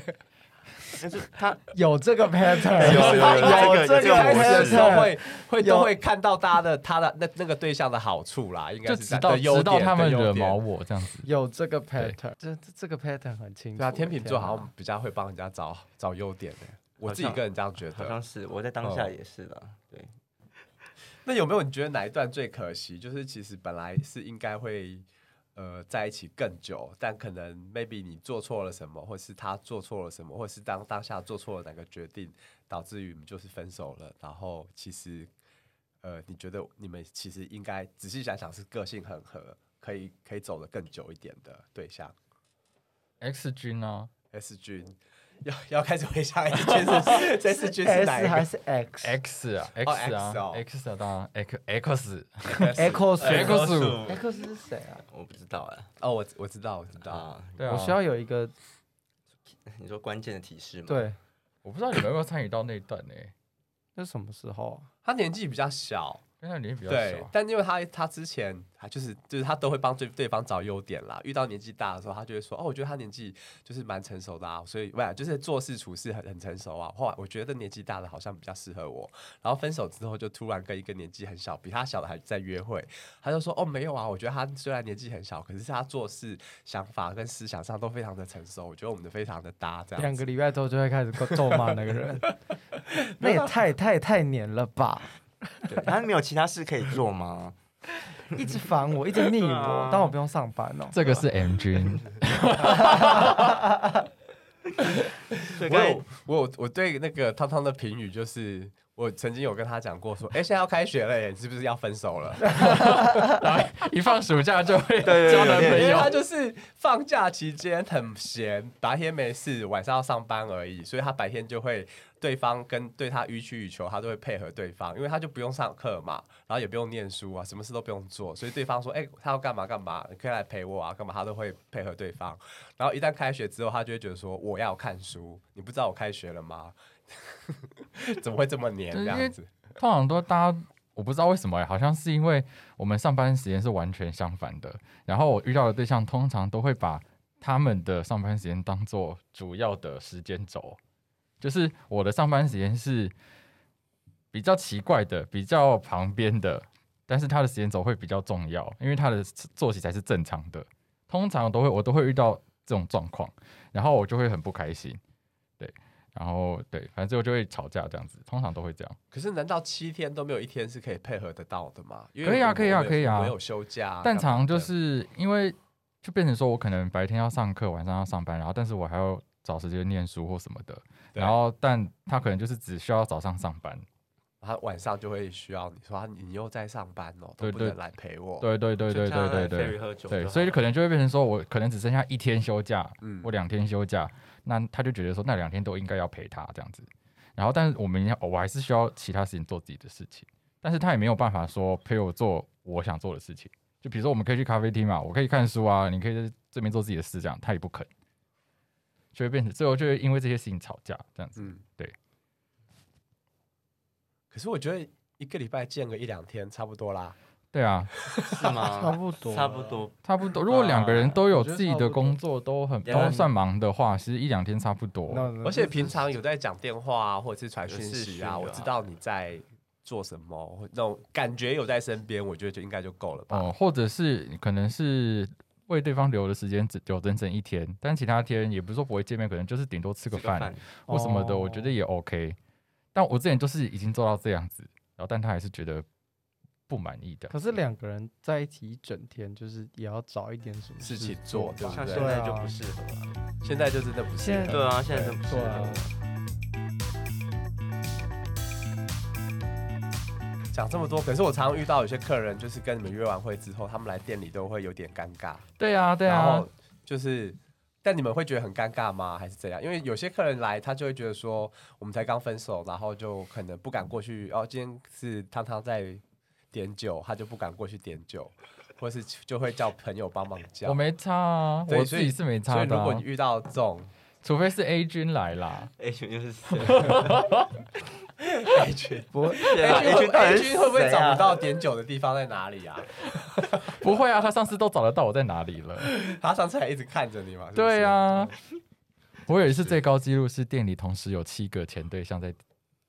S1: 但是他
S2: 有这个 pattern，
S1: 有有有 这
S2: 有
S1: 个有
S2: 这
S1: 这个模式
S3: 的
S1: 的
S3: 时
S1: 时
S3: 候
S1: 候
S3: 会会
S2: 有
S3: 都会看到他的他的那那个对象的好处啦，应该
S4: 就是直
S3: 这样
S4: 到
S3: 的优
S4: 直
S3: 点
S4: 到他们
S3: 的优
S4: 惹毛
S3: 点。
S4: 我这样子，
S2: 有这个 pattern，这这这个 pattern 很清楚。
S3: 对啊，天秤座好
S2: 天
S3: 像比较会帮人家找找优点的、我自己
S1: 好像
S3: 个人这样觉
S1: 好
S3: 得。
S1: 像是我在当
S3: 哦
S1: 下也是的，对。
S3: 那有没有你觉得哪一段最可惜？就是其实本来是应该会呃在一起更久，但可能 maybe 你做错了什么，或是他做错了什么，或是当当下做错了哪个决定，导致于你们就是分手了。然后其实呃，你觉得你们其实应该仔细想想，是个性很合，可以可以走得更久一点的对象。
S4: X 君啊，
S3: S 君要要开始回想 S 君是 S 君是
S2: 秤
S3: 哪
S2: S 还
S3: 一
S2: 是 X？
S4: X 啊
S3: 哦
S4: ，X 啊、
S3: X 哦
S4: x 啊，当然 X X
S3: 个
S2: Echo 是
S4: Echo 是
S2: X 是谁啊？
S1: 我不知道哎，
S3: 哦，我我知道我知道。
S1: 啊，
S4: 对啊，
S2: 我需要有一个
S1: 你说关键的提示吗？，
S2: 对，
S4: 我不知道你们有没有参与到那一段呢、
S2: 那什么时候啊？
S3: 他年纪比较小，
S4: 因为他年纪比较
S3: 对
S4: 小，，
S3: 但因为他他之前他就是就是他都会帮对对方找优点啦。遇到年纪大的时候，他就会说：“哦，我觉得他年纪就是蛮成熟的啊，所以不然就是做事处事很很成熟啊。”后来我觉得年纪大的好像比较适合我。然后分手之后，就突然跟一个年纪很小、比他小的还在约会，他就说：“哦，没有啊，我觉得他虽然年纪很小，可是他做事想法跟思想上都非常的成熟，我觉得我们的非常的搭。”这样
S2: 两
S3: 子
S2: 个礼拜之后就会开始咒骂那个人，那也太太太黏了吧！
S1: 然后没有其他事可以做 吗？
S2: 一直烦我，一直腻
S1: 对啊
S2: 我，当我不用上班哦。
S4: 这个是 M 君，
S1: 对，
S3: 我
S1: 刚才
S3: 有我有我对那个汤汤的评语就是，我曾经有跟他讲过说，哎、现在要开学了耶，你是不是要分手了？
S4: 然后一放暑假就会
S1: 对
S4: 交男
S1: 有
S4: 朋
S1: 点
S3: 因为他
S4: 友。
S3: 就是放假期间很闲，白天没事，晚上要上班而已，所以他白天就会对方跟对他予取予求，他都会配合对方，因为他就不用上课嘛，然后也不用念书啊，什么事都不用做，所以对方说，哎、他要干嘛干嘛，你可以来陪我啊，干嘛他都会配合对方。然后一旦开学之后，他就会觉得说，我要看书，你不知道我开学了吗？怎么会这么黏
S4: 对
S3: 这
S4: 因为
S3: 样子？
S4: 通常都大家我不知道为什么、欸，好像是因为我们上班时间是完全相反的。然后我遇到的对象通常都会把他们的上班时间当做主要的时间轴，就是我的上班时间是比较奇怪的，比较旁边的，但是他的时间轴会比较重要，因为他的作息才是正常的。通常都会我都会遇到这种状况，然后我就会很不开心，对，然后对，反正最后就会吵架这样子，通常都会这样。
S3: 可是难道七天都没有一天是可以配合得到的吗？因为
S4: 可以啊
S3: 我
S4: 可以
S3: 我
S4: 啊
S3: 有
S4: 可以啊
S3: 我有休假啊，
S4: 但
S3: 干嘛
S4: 常就
S3: 的
S4: 是因为就变成说我可能白天要上课，晚上要上班，然后但是我还要找时间念书或什么的，
S3: 对
S4: 然后但他可能就是只需要早上上班，
S3: 他晚上就会需要你说啊你又在上班哦，都
S4: 对
S3: 不
S4: 对
S3: 能来陪我。，
S4: 对对对对对对对
S1: 喝酒
S4: 对，所以就可能就会变成说我可能只剩下一天休假，
S3: 嗯
S4: 我两天休假，那他就觉得说那两天都应该要陪他这样子，然后但是我们要我还是需要其他事情做自己的事情，但是他也没有办法说陪我做我想做的事情，就比如说我们可以去咖啡厅嘛，我可以看书啊，你可以在这边做自己的事这样，他也不肯，就会变成最后就会因为这些事情吵架这样子，
S3: 嗯，
S4: 对。
S3: 可是我觉得一个礼拜见个一两天差不多啦。
S4: 对啊，
S1: 是 吗？
S2: 差不多
S1: 差不多。
S4: 差不多，如果两个人都有自己
S2: 我觉得差
S4: 的
S2: 不多
S4: 工作都很
S1: 对啊
S4: 都算忙的话，其实一两天差不多，
S2: 那
S3: 而且平常有在讲电话啊，或者是传
S1: 有
S3: 讯
S1: 视
S3: 息
S1: 讯
S3: 啊，
S1: 的
S3: 我
S1: 啊
S3: 知道你在做什么，或那种感觉有在身边，我觉得就应该就够了吧。
S4: 哦，或者是可能是为对方留的时间只有整整一天，但其他天也不是说不会见面，可能就是顶多吃个饭或什
S3: 哦
S4: 么的，我觉得也 OK。但我之前就是已经做到这样子，然后但他还是觉得不满意的。
S2: 可是两个人在一起一整天，就是也要找一点什么
S3: 事
S2: 情
S3: 情做，对
S2: 吧
S3: 不
S1: 像
S3: 对
S1: 现？在就不适合了。
S3: 现在就真的不是
S2: 现在
S1: 对啊，现在就不适
S2: 对
S1: 合
S2: 啊。
S3: 讲这么多，可是我常常遇到有些客人，就是跟你们约完会之后，他们来店里都会有点尴尬。
S4: 对啊，对
S3: 然
S4: 啊
S3: 后，就是，但你们会觉得很尴尬吗？还是怎样？因为有些客人来，他就会觉得说，我们才刚分手，然后就可能不敢过去。哦，今天是汤汤在点酒，他就不敢过去点酒，或是就会叫朋友帮忙叫。
S4: 我没差啊，
S3: 对
S4: 我
S3: 所
S4: 自
S3: 以
S4: 己是没
S3: 所
S4: 差
S3: 以
S4: 的
S3: 如果
S4: 啊、
S3: 你遇到这种
S4: 除非是 A 君来啦。
S3: 啊
S1: A 群 又是谁
S3: A 啊群
S2: 不会
S1: 对啊
S3: ，A
S1: ？A
S3: 群
S1: 群到底
S3: A
S1: 是
S3: 群会不会
S1: 谁啊
S3: 找不
S4: 哎
S3: 到点酒的地方在哪里啊？
S4: 不会啊，他上次都找得到我在哪里了。
S3: 他上次还一直看着你嘛。是不是
S4: 对，啊，我有一次最高纪录是店里同时有七个前对象在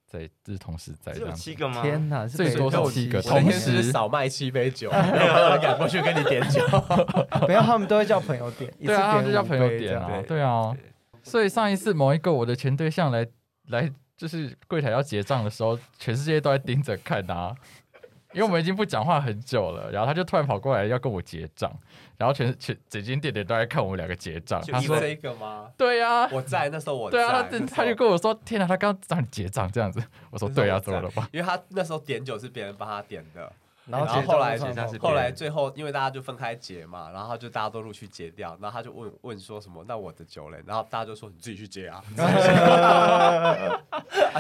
S4: 在就是同时在
S1: 只
S4: 这
S1: 有
S4: 样子
S1: 七个吗？
S2: 天哪，是
S4: 最
S2: 北
S4: 多
S2: 斗
S4: 是七个
S2: 七
S3: 我那
S4: 同
S3: 天
S2: 星
S3: 是不
S4: 时
S3: 是少卖七杯酒， 没有人敢过去跟你点 酒。
S4: 啊
S2: 没有，他们都会叫朋友点，一次
S4: 对啊，他们
S2: 点
S4: 就叫
S2: 五
S4: 朋友
S2: 杯这
S4: 点
S2: 样
S1: 对
S4: 啊，对啊。所以上一次某一个我的前对象来来，就是柜台要结账的时候，全世界都在盯着看啊，因为我们已经不讲话很久了，然后他就突然跑过来要跟我结账，然后全全整间店的人都在看我们两个结账，
S1: 就
S4: 他
S1: 一
S4: 说
S1: 个
S3: 这一个吗？
S4: 对呀、啊。
S3: 我在那时候我在，
S4: 对啊，
S3: 那时
S4: 他
S3: 候
S4: 他就跟我说：“天哪，他刚刚让你结账这样子。”我说：“
S3: 那时候
S4: 对啊，
S3: 我
S4: 怎么
S3: 在
S4: 了吧
S3: 因为他那时候点酒是别人帮他点的，
S2: 然后
S3: 然后
S2: 结
S3: 后来
S2: 账的时候
S1: 结账是别人
S3: 后来最后因为大家就分开结嘛，然后就大家都陆续结掉，然后他就问问说什么，那我的酒嘞？然后大家就说你自己去结 啊，
S2: 大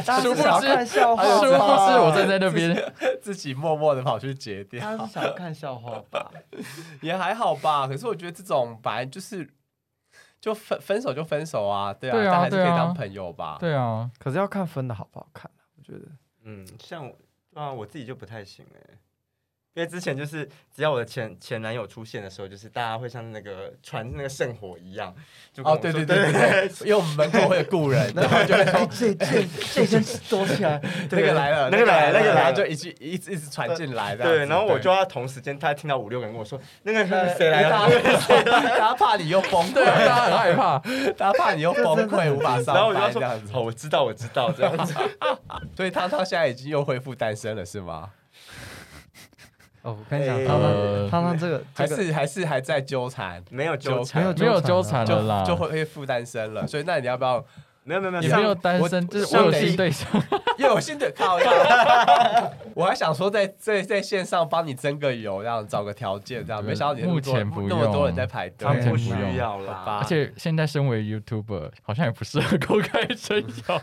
S2: 家
S4: 殊
S2: 是
S4: 不
S2: 想要
S4: 知
S2: 看笑？” 话
S4: 殊不知
S2: 吧，
S4: 我站在那边，
S3: 自己默默的跑去结掉，
S2: 他是想要看笑话吧？
S3: 也还好吧。可是我觉得这种本来就是就分分手就分手啊，对啊，
S4: 对啊
S3: 但还是可以
S4: 对啊
S3: 当朋友吧。
S4: 对啊，
S2: 可是要看分的好不好看啊我觉得
S1: 嗯，像我对啊，我自己就不太行哎、因为之前就是只要我的前前男友出现的时候，就是大家会像那个传那个圣火一样，就跟
S3: 哦，
S1: 我
S3: 对
S1: 说
S3: 对对对对，因为我们门口会有雇 人，然后就会说
S2: 这这这根躲起来，
S3: 那个来了，
S1: 那个来了那个来
S3: 然
S1: 了
S3: 后就一句一直一直传进来这样子，
S1: 对，然后我就要同时间，他听到五六个人跟我说，那个
S3: 对。
S1: 谁来
S3: 呃
S1: 啊
S3: 大
S1: 了？
S3: 家 大家怕你又崩溃，
S4: 大家很害怕。
S3: 大家怕你又崩溃，无法上
S1: 然后我就要
S3: 班这样
S1: 说，
S3: 子
S1: 好，。我知道，我知道，这 样子。
S3: 所以汤汤现在已经又恢复单身了，是吗？
S6: 哦，我跟你讲，
S1: 哎
S6: 汤
S4: 呃
S6: 汤汤汤这个
S3: 还
S6: 这个
S3: 是还是还在纠缠，
S1: 没有纠缠，
S6: 没有
S4: 没有纠
S6: 纠
S4: 缠
S6: 缠
S4: 了啦，
S3: 就就会恢复单身了。所以那你要不要？
S1: 没有没有没有
S4: 也没有
S1: 像
S4: 单身，
S3: 我
S4: 就是我
S3: 像
S4: 有
S3: 得
S4: 性对象，
S3: 又有新的靠腰， 我还想说在在在线上帮你增个油，这样找个条件，这样
S4: 对
S3: 没想到你那么多
S4: 目前不用
S3: 那么多人在排队
S1: 他，
S4: 目前
S1: 不
S4: 不
S1: 需
S4: 用
S1: 要
S3: 好吧
S1: 啦。
S4: 而
S6: 啊
S4: 且现在身为 YouTuber，好像也不适合公开征友。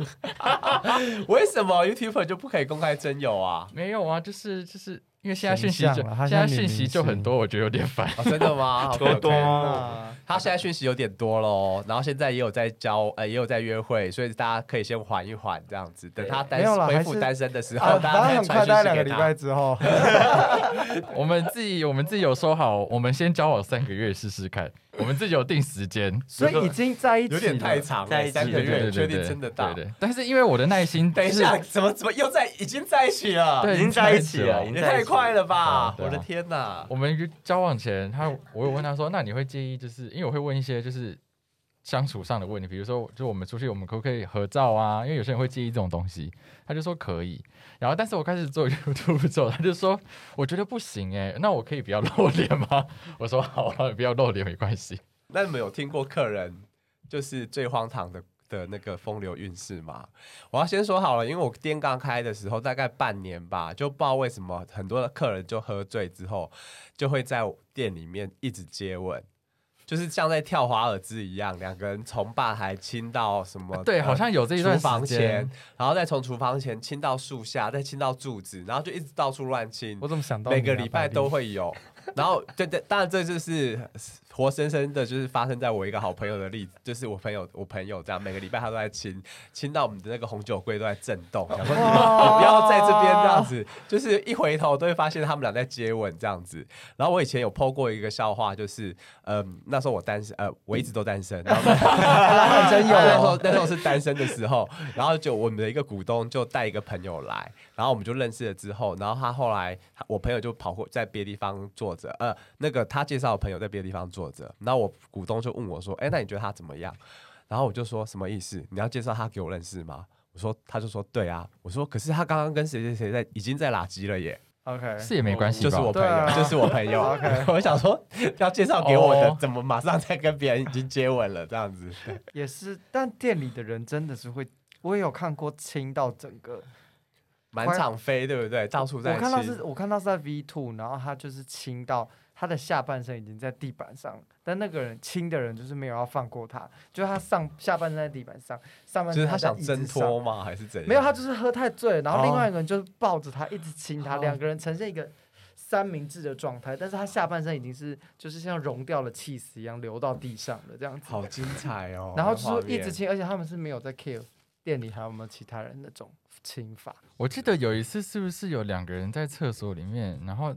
S3: 为什么 YouTuber 就不可以公开征友啊？
S4: 没有啊，就是就是因为现在讯息
S6: 形象
S4: 就
S6: 啦他
S4: 现在
S6: 像女
S4: 讯息
S6: 明
S4: 就很
S6: 星
S4: 多，我觉得有点烦。
S3: 哦、真的吗？
S1: 多
S3: OK，OK
S1: 多，
S6: 啊
S3: 他现在讯息有点多喽，然后现在也有在交，呃，也有在约会，所以大家可以先缓一缓这样子，等他单
S6: 没有啦
S3: 恢
S6: 还
S3: 复
S6: 是
S3: 单身的时
S2: 啊
S3: 候，，大
S2: 反正
S3: 家再
S2: 很快，
S3: 传
S2: 大概两
S3: 讯息
S2: 个
S3: 给
S2: 礼
S3: 他
S2: 拜。之后，
S4: 我们自己我们自己有说好，我们先交往三个月试试看，我们自己有定时间。
S6: 所以已经在一起
S3: 有
S6: 了，
S3: 点太长
S1: 在一
S3: 了，
S1: 起
S3: 三个
S4: 对对
S3: 月
S4: 对
S3: 确
S4: 对
S3: 定
S4: 对，
S3: 真的到。
S4: 对对，但是因为我的耐心，
S3: 等一下，，怎么怎么又在已经在一起了？
S4: 对，
S1: 已经在一起了已
S3: 也
S1: 经在一
S3: 太
S1: 起
S3: 快了吧！
S4: 对啊对啊
S3: 我的天哪！
S4: 我们交往前，他我有问他说，那你会介意？就是因为我会问一些就是相处上的问题，比如说，就我们出去，我们可不可以合照啊？因为有些人会介意这种东西，他就说可以。然后，但是我开始做 YouTube 之后，他就说我觉得不行哎、那我可以不要露脸吗？ 我说好啊，不要露脸没关系。
S3: 那你们有听过客人就是最荒唐的的那个风流韵事吗？我要先说好了，因为我店刚开的时候，大概半年吧，就不知道为什么很多的客人就喝醉之后，就会在店里面一直接吻。就是像在跳华尔兹一样，两个人从吧台亲到什么？
S4: 对，
S3: 呃
S4: 好像有这一段
S3: 厨房
S4: 时间
S3: 前，，然后再从厨房前亲到树下，再亲到柱子，然后就一直到处乱亲。
S6: 我怎么想到
S3: 每
S6: 你
S3: 个
S6: 啊
S3: 礼拜
S6: 白
S3: 都
S6: 丽
S3: 会 有。然后，对对，当然这就是活生生的，就是发生在我一个好朋友的例子，就是我朋友，我朋友这样，每个礼拜他都在亲，亲到我们的那个红酒柜都在震动，想说你们你不要在这边这样子，就是一回头都会发现他们俩在接吻这样子。然后我以前有 PO 过一个笑话，就是，嗯，那时候我单身，呃，我一直都 单身，然后
S2: 真有
S3: 那时
S2: 哦
S3: 候那时候是单身的时候，然后就我们的一个股东就带一个朋友来，然后我们就认识了之后，然后他后来他我朋友就跑过在别的地方坐着，呃，那个他介绍的朋友在别的地方坐着，然后我股东就问我说，哎，那你觉得他怎么样？然后我就说什么意思？你要介绍他给我认识吗？我说，他就说对啊。我说，可是他刚刚跟谁谁谁在已经在拉鸡了耶。
S2: ，OK，
S4: 是也没关系
S3: 就
S4: 吧？
S3: 是我朋
S2: 对
S3: 友，
S2: 啊
S3: 就是我 朋友。 我想说，要介绍给我
S2: 哦
S3: 的，怎么马上在跟别人已经接吻了这样子？
S6: 也是
S2: 但店里的人真的是会，我也有看过亲到整个，
S3: 满场飞，对不对？到处在
S2: 我看到
S3: 亲
S2: 是，。我看到是在 V two，然后他就是亲到他的下半身已经在地板上，但那个人亲的人就是没有要放过他，就是他上下半身在地板上，上半
S3: 就
S2: 身
S3: 是他
S2: 还在
S3: 想
S2: 椅子
S3: 挣
S2: 上
S3: 脱吗？还是怎样？
S2: 没有，他就是喝太醉，然后另
S3: 哦
S2: 外一个人就是抱着他一直亲他，
S3: 哦
S2: 两个人呈现一个三明治的状态，但是他下半身已经是就是像融掉了气死一样流到地上了这样子，
S3: 好精彩哦。
S2: 然后就是一直
S3: 那画面
S2: 亲，而且他们是没有在 care 店里还有没有其他人那种亲法，
S4: 我记得有一次是不是有两个人在厕所里面，然后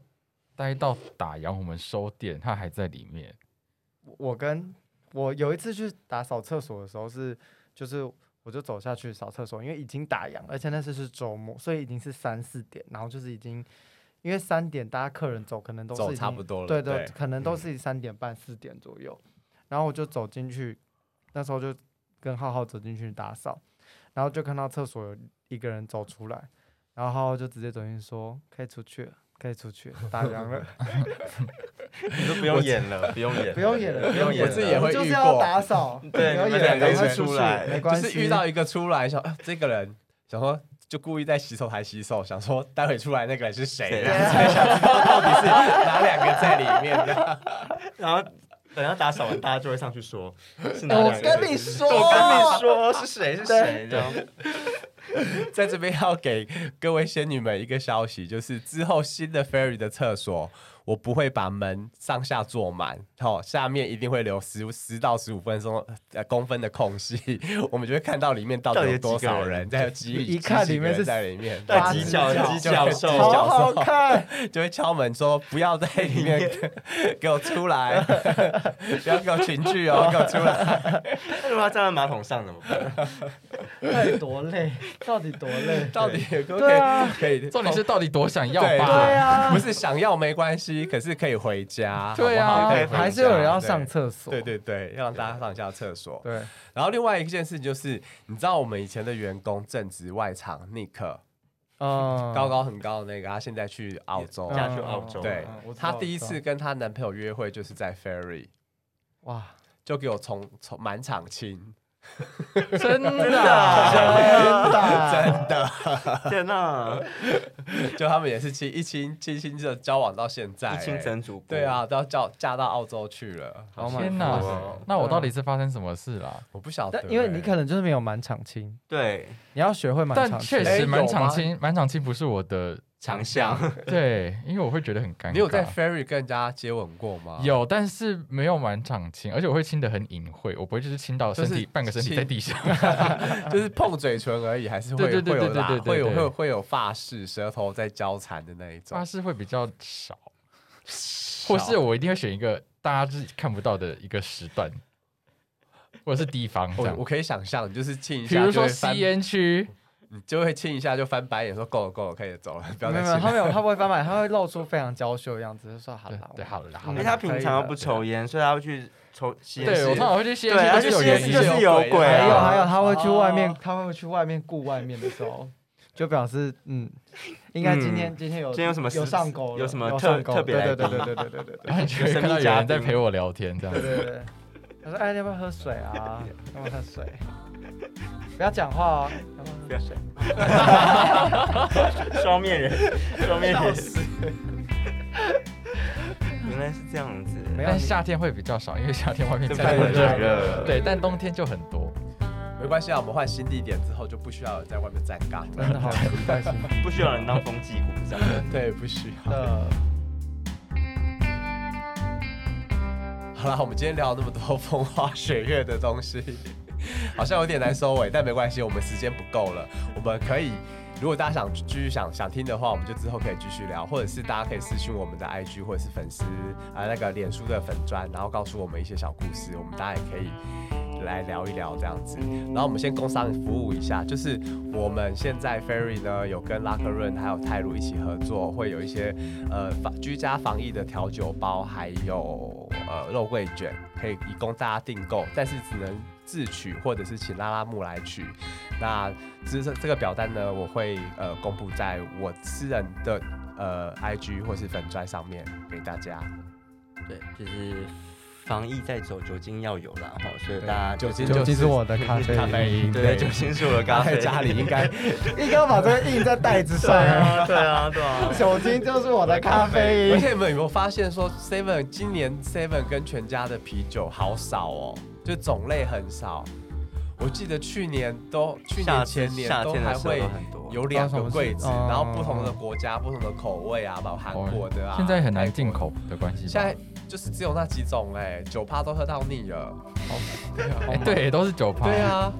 S4: 待到打烊，我们收店，他还在里面。
S2: 我我跟我有一次去打扫厕所的时候是，就是我就走下去扫厕所，因为已经打烊，而且那次是周末，所以已经是三四点，然后就是已经因为三点大家客人走可能都是
S3: 走
S2: 已
S3: 差
S2: 经
S3: 不多了。
S2: 对对，可能都
S3: 嗯
S2: 是三点半四点左右。然后我就走进去，那时候就跟浩浩走进去打扫，然后就看到厕所有一个人走出来，然后浩浩就直接走进去说：“可以出去了，可以出去了，打烊了，
S1: 你都不用演了，不用演了，
S2: 不用演了，
S1: 不用演了。
S2: 演
S3: 我自己也会
S2: 就是
S3: 遇
S2: 要
S3: 过
S2: 打扫，不
S1: 对
S2: 要
S1: 你
S2: 演
S1: 们
S2: 了，
S3: 两个
S2: 赶
S3: 一
S2: 快
S3: 起
S2: 出
S1: 出
S2: 去
S1: 来
S2: 没
S3: 就
S2: 关
S3: 是
S2: 系。
S3: 遇到一个出来想，啊这个人想说就故意在洗手台洗手，想说待会出来那个人是谁，
S1: 谁
S3: 然后才想知道到底是 哪两个在里面的。
S1: 然后等到打扫完，大家就会上去说，是哪
S2: 哦我
S1: 两个
S2: 跟
S1: 人
S2: 你说，
S1: 我跟你说是谁是谁，这样
S3: 在这边要给各位仙女们一个消息，就是之后新的 ferry 的厕所，我不会把门上下坐满，好、下面一定会留十十到十五分钟呃公分的空隙，我们就会看到里面到
S1: 到底
S3: 底有
S1: 有
S3: 多
S1: 几个
S3: 少
S1: 人
S3: 人在几
S5: 一看里面是
S3: 几个人在里面，
S1: 到
S5: 八
S1: 底
S5: 只
S1: 几角
S5: 脚
S1: 几角兽，
S3: 好
S5: 好好看，
S3: 就会敲门说不要在里面给我出来， 不要给我群聚哦，给我出来。
S1: 那如果他站在马桶上怎么办？
S5: 到底多累？到底多 累？
S3: 到底有可不可
S5: 对
S3: 以、
S5: 啊
S3: 可以？
S4: 重点是到底多想要
S3: 对
S5: 对
S4: 吧？
S5: 啊
S3: 不是想要没关系， 可是可以回家，
S4: 对啊
S3: 好不好可以回家
S2: 还是有人要上厕所。
S3: 对对对，要让大家上一下厕所。
S2: 对，
S3: 然后另外一件事就是，你知道我们以前的员工正职外场 Nick
S2: 嗯，
S3: 高高很高的那个，他现在去澳洲，
S1: 嫁去澳洲，
S3: 对
S2: 嗯我知道
S3: 她第一次跟她男朋友约会就是在 Ferry，
S2: 哇，
S3: 就给我从从满场亲，
S4: 真 的
S1: 真
S4: 啊，
S1: 的真的天哪！
S3: 就他们也是亲一亲亲亲就交往到现在、
S1: 一清
S3: 欸
S1: 真主播，
S3: 对，啊，都要叫嫁到澳洲去了，
S2: 好满
S4: 天
S2: 足
S4: 哪
S1: 啊
S2: 哦！
S4: 那我到底是发生什么事啦？
S3: 我不晓得欸、
S2: 但因为你可能就是没有满场亲，
S1: 对，
S2: 你要学会满
S4: 但
S2: 场亲。
S4: 确
S3: 哎
S4: 实
S3: 有
S4: 满场
S3: 吗
S4: 亲，满场亲不是我的
S1: 强项，
S4: 对，因为我会觉得很尴尬。
S3: 你有在 Ferry 跟人家接吻过吗？
S4: 有，但是没有满场亲，而且我会亲的很隐晦，我不会就是亲到身
S3: 就
S4: 体
S3: 是
S4: 半个身体
S3: 亲
S4: 在地上。
S3: 就是碰嘴唇而已，还是会
S4: 对对对
S3: 会有
S4: 对对
S3: 拉
S4: 对对
S3: 会有
S4: 对
S3: 会有会有发饰，舌头在交缠的那一
S4: 发
S3: 种。
S4: 誓会比较少，或是我一定会选一个大家是看不到的一个时段，或者是地方这
S3: 我
S4: 样
S3: 我。可以想象，你就是亲一
S4: 比
S3: 下
S4: 如
S3: 就
S4: 说
S3: 会翻
S4: 吸，烟区，
S3: 你就会亲一下就翻白眼说够了够了，可以走了，不要
S2: 没
S3: 再
S2: 有没有，
S3: 亲
S2: 他
S3: 了。
S2: 没有，他不会翻白，他会露出非常娇羞的样子，就说好
S4: 对
S2: 了，
S4: 对，好了好
S1: 因为。
S3: 嗯
S4: 了
S1: 他平常又不抽烟，所以他会去抽吸烟
S4: 对我
S1: 室
S4: 通。常会去吸
S1: 对，他
S3: 啊
S4: 烟区
S1: 去吸烟室
S4: 都是有原因
S1: 就
S4: 的，
S1: 是有鬼
S2: 还有
S1: 啊，
S2: 还有，他会去外面
S5: 哦，
S2: 他会去外面顾外面的时候，就表示嗯，应该今天今天有
S1: 今天有什么
S2: 有
S1: 事
S2: 上钩了，
S1: 有什么
S2: 有
S1: 特
S2: 上钩
S1: 特别来
S2: 对对
S1: 宾
S2: 对对对对对对
S4: 然后你就会看到有人在陪我聊天这样
S2: 对
S4: 子。
S2: 对对。他说：“哎，你要不要喝水啊？要不要喝水？不要讲话哦，要不
S1: 不
S2: 要
S1: 要
S2: 喝水？
S1: 双面人，双面人。 原来是这样子，
S2: 没有
S4: 但夏天会比较少，因为夏天 外面
S1: 啊这
S4: 真的
S1: 太啊
S4: 很热。
S1: 热，
S4: 对，但冬天就很多。
S3: 没关系啊，我们换新地点之后就不需要在外面站岗了。
S2: 真的好期待新
S1: 不需要人当风纪鼓掌。
S3: 对，不需要。
S2: 的。
S3: 好啦，我们今天聊了那么多风花雪月的东西， 好像有点难收尾，但没关系，我们时间不够了，我们可以。如果大家想继续想想听的话，我们就之后可以继续聊，或者是大家可以私信我们的 IG 或者是粉丝啊、那个脸书的粉砖，然后告诉我们一些小故事，我们大家也可以来聊一聊这样子。然后我们先工商服务一下，就是我们现在 Ferry 呢有跟拉克润还有泰鲁一起合作，会有一些呃防居家防疫的调酒包，还有呃肉桂卷，可以以供大家订购，但是只能自取或者是请拉拉木来取。那这这个表单呢，我会呃公布在我私人的呃 IG 或是粉砖上面给大家。
S1: 对，就是防疫在走，酒精要有啦，哈，所以
S3: 对
S1: 大家
S3: 酒精
S2: 尤
S3: 就
S2: 其是
S3: 是
S2: 我的咖啡
S3: 咖啡因，
S1: 对酒精是我的 咖
S3: 在
S1: 啡，
S3: 家里应该
S2: 应该要把这个印在袋子
S1: 对
S2: 上啊。
S1: 啊，对啊，对啊。
S2: 酒精就是我的咖啡
S3: 而
S2: 因。
S3: 且你们有没有发现说，Seven 今年 Seven 跟全家的啤酒好少哦，就种类很少。我记得去年都，去
S1: 夏
S3: 年前年
S1: 夏
S3: 都
S1: 天
S3: 还
S1: 的时候
S3: 会
S1: 都很多，
S3: 有两
S4: 哦
S3: 个柜子，
S2: 不知道什么事
S3: 然后不同的国家、不同的口味啊，包括韩国的啊，
S4: 现在很
S3: 泰
S4: 难
S3: 国
S4: 进。口的关系吧。
S3: 现在就是只有那几种哎、酒趴都喝到腻了。
S4: 哎对，都是酒趴。
S3: 对啊，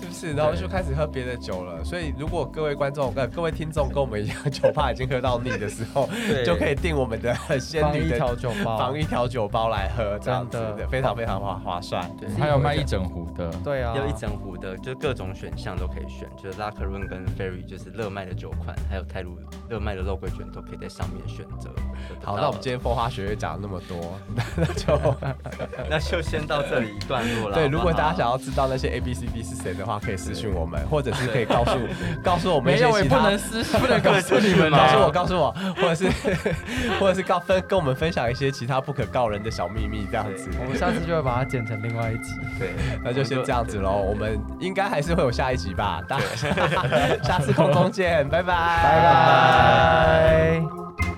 S3: 是不是？然后就开始喝别的酒了。所以如果各位观众、呃各位听众跟我们一样，酒趴已经喝到腻的时候，就可以订我们的 仙
S2: 防
S3: 女
S2: 疫
S3: 的
S2: 调酒
S4: 哦
S2: 包，
S3: 防疫调酒包来喝，这样子
S2: 真的
S3: 的非常非常划划算。
S1: 对
S4: 我们还有卖一整壶的，
S2: 对啊，
S1: 有
S3: 嗯
S1: 一整壶的，就各种选项都可以选，就是拉克润跟 Ferry 就是热卖的酒款，还有泰鲁热卖的肉桂卷都可以在上面选择。
S3: 好，那我们今天风花雪月讲了那么多， 那 就
S1: 天那就先到这里一段落了。
S3: 对。
S1: 好不好
S3: 如果大家想要知道那些 A B C D 是谁的话，可以私信我们，或者是可以 告诉告诉我们一
S4: 没
S3: 些
S4: 有，也
S3: 其
S4: 不
S3: 他
S4: 能私，不能告诉你们
S1: 吗
S3: 告诉我，
S4: 啊。
S3: 告诉我，或者是 或者是告分跟我们分享一些其他不可告人的小秘密，这样子。
S2: 我们下次就会把它剪成另外一集。
S1: 对，
S3: 那就先这样子喽，我们应该还是会有下一集吧， 大下次空中见，拜拜，拜
S2: 拜。拜。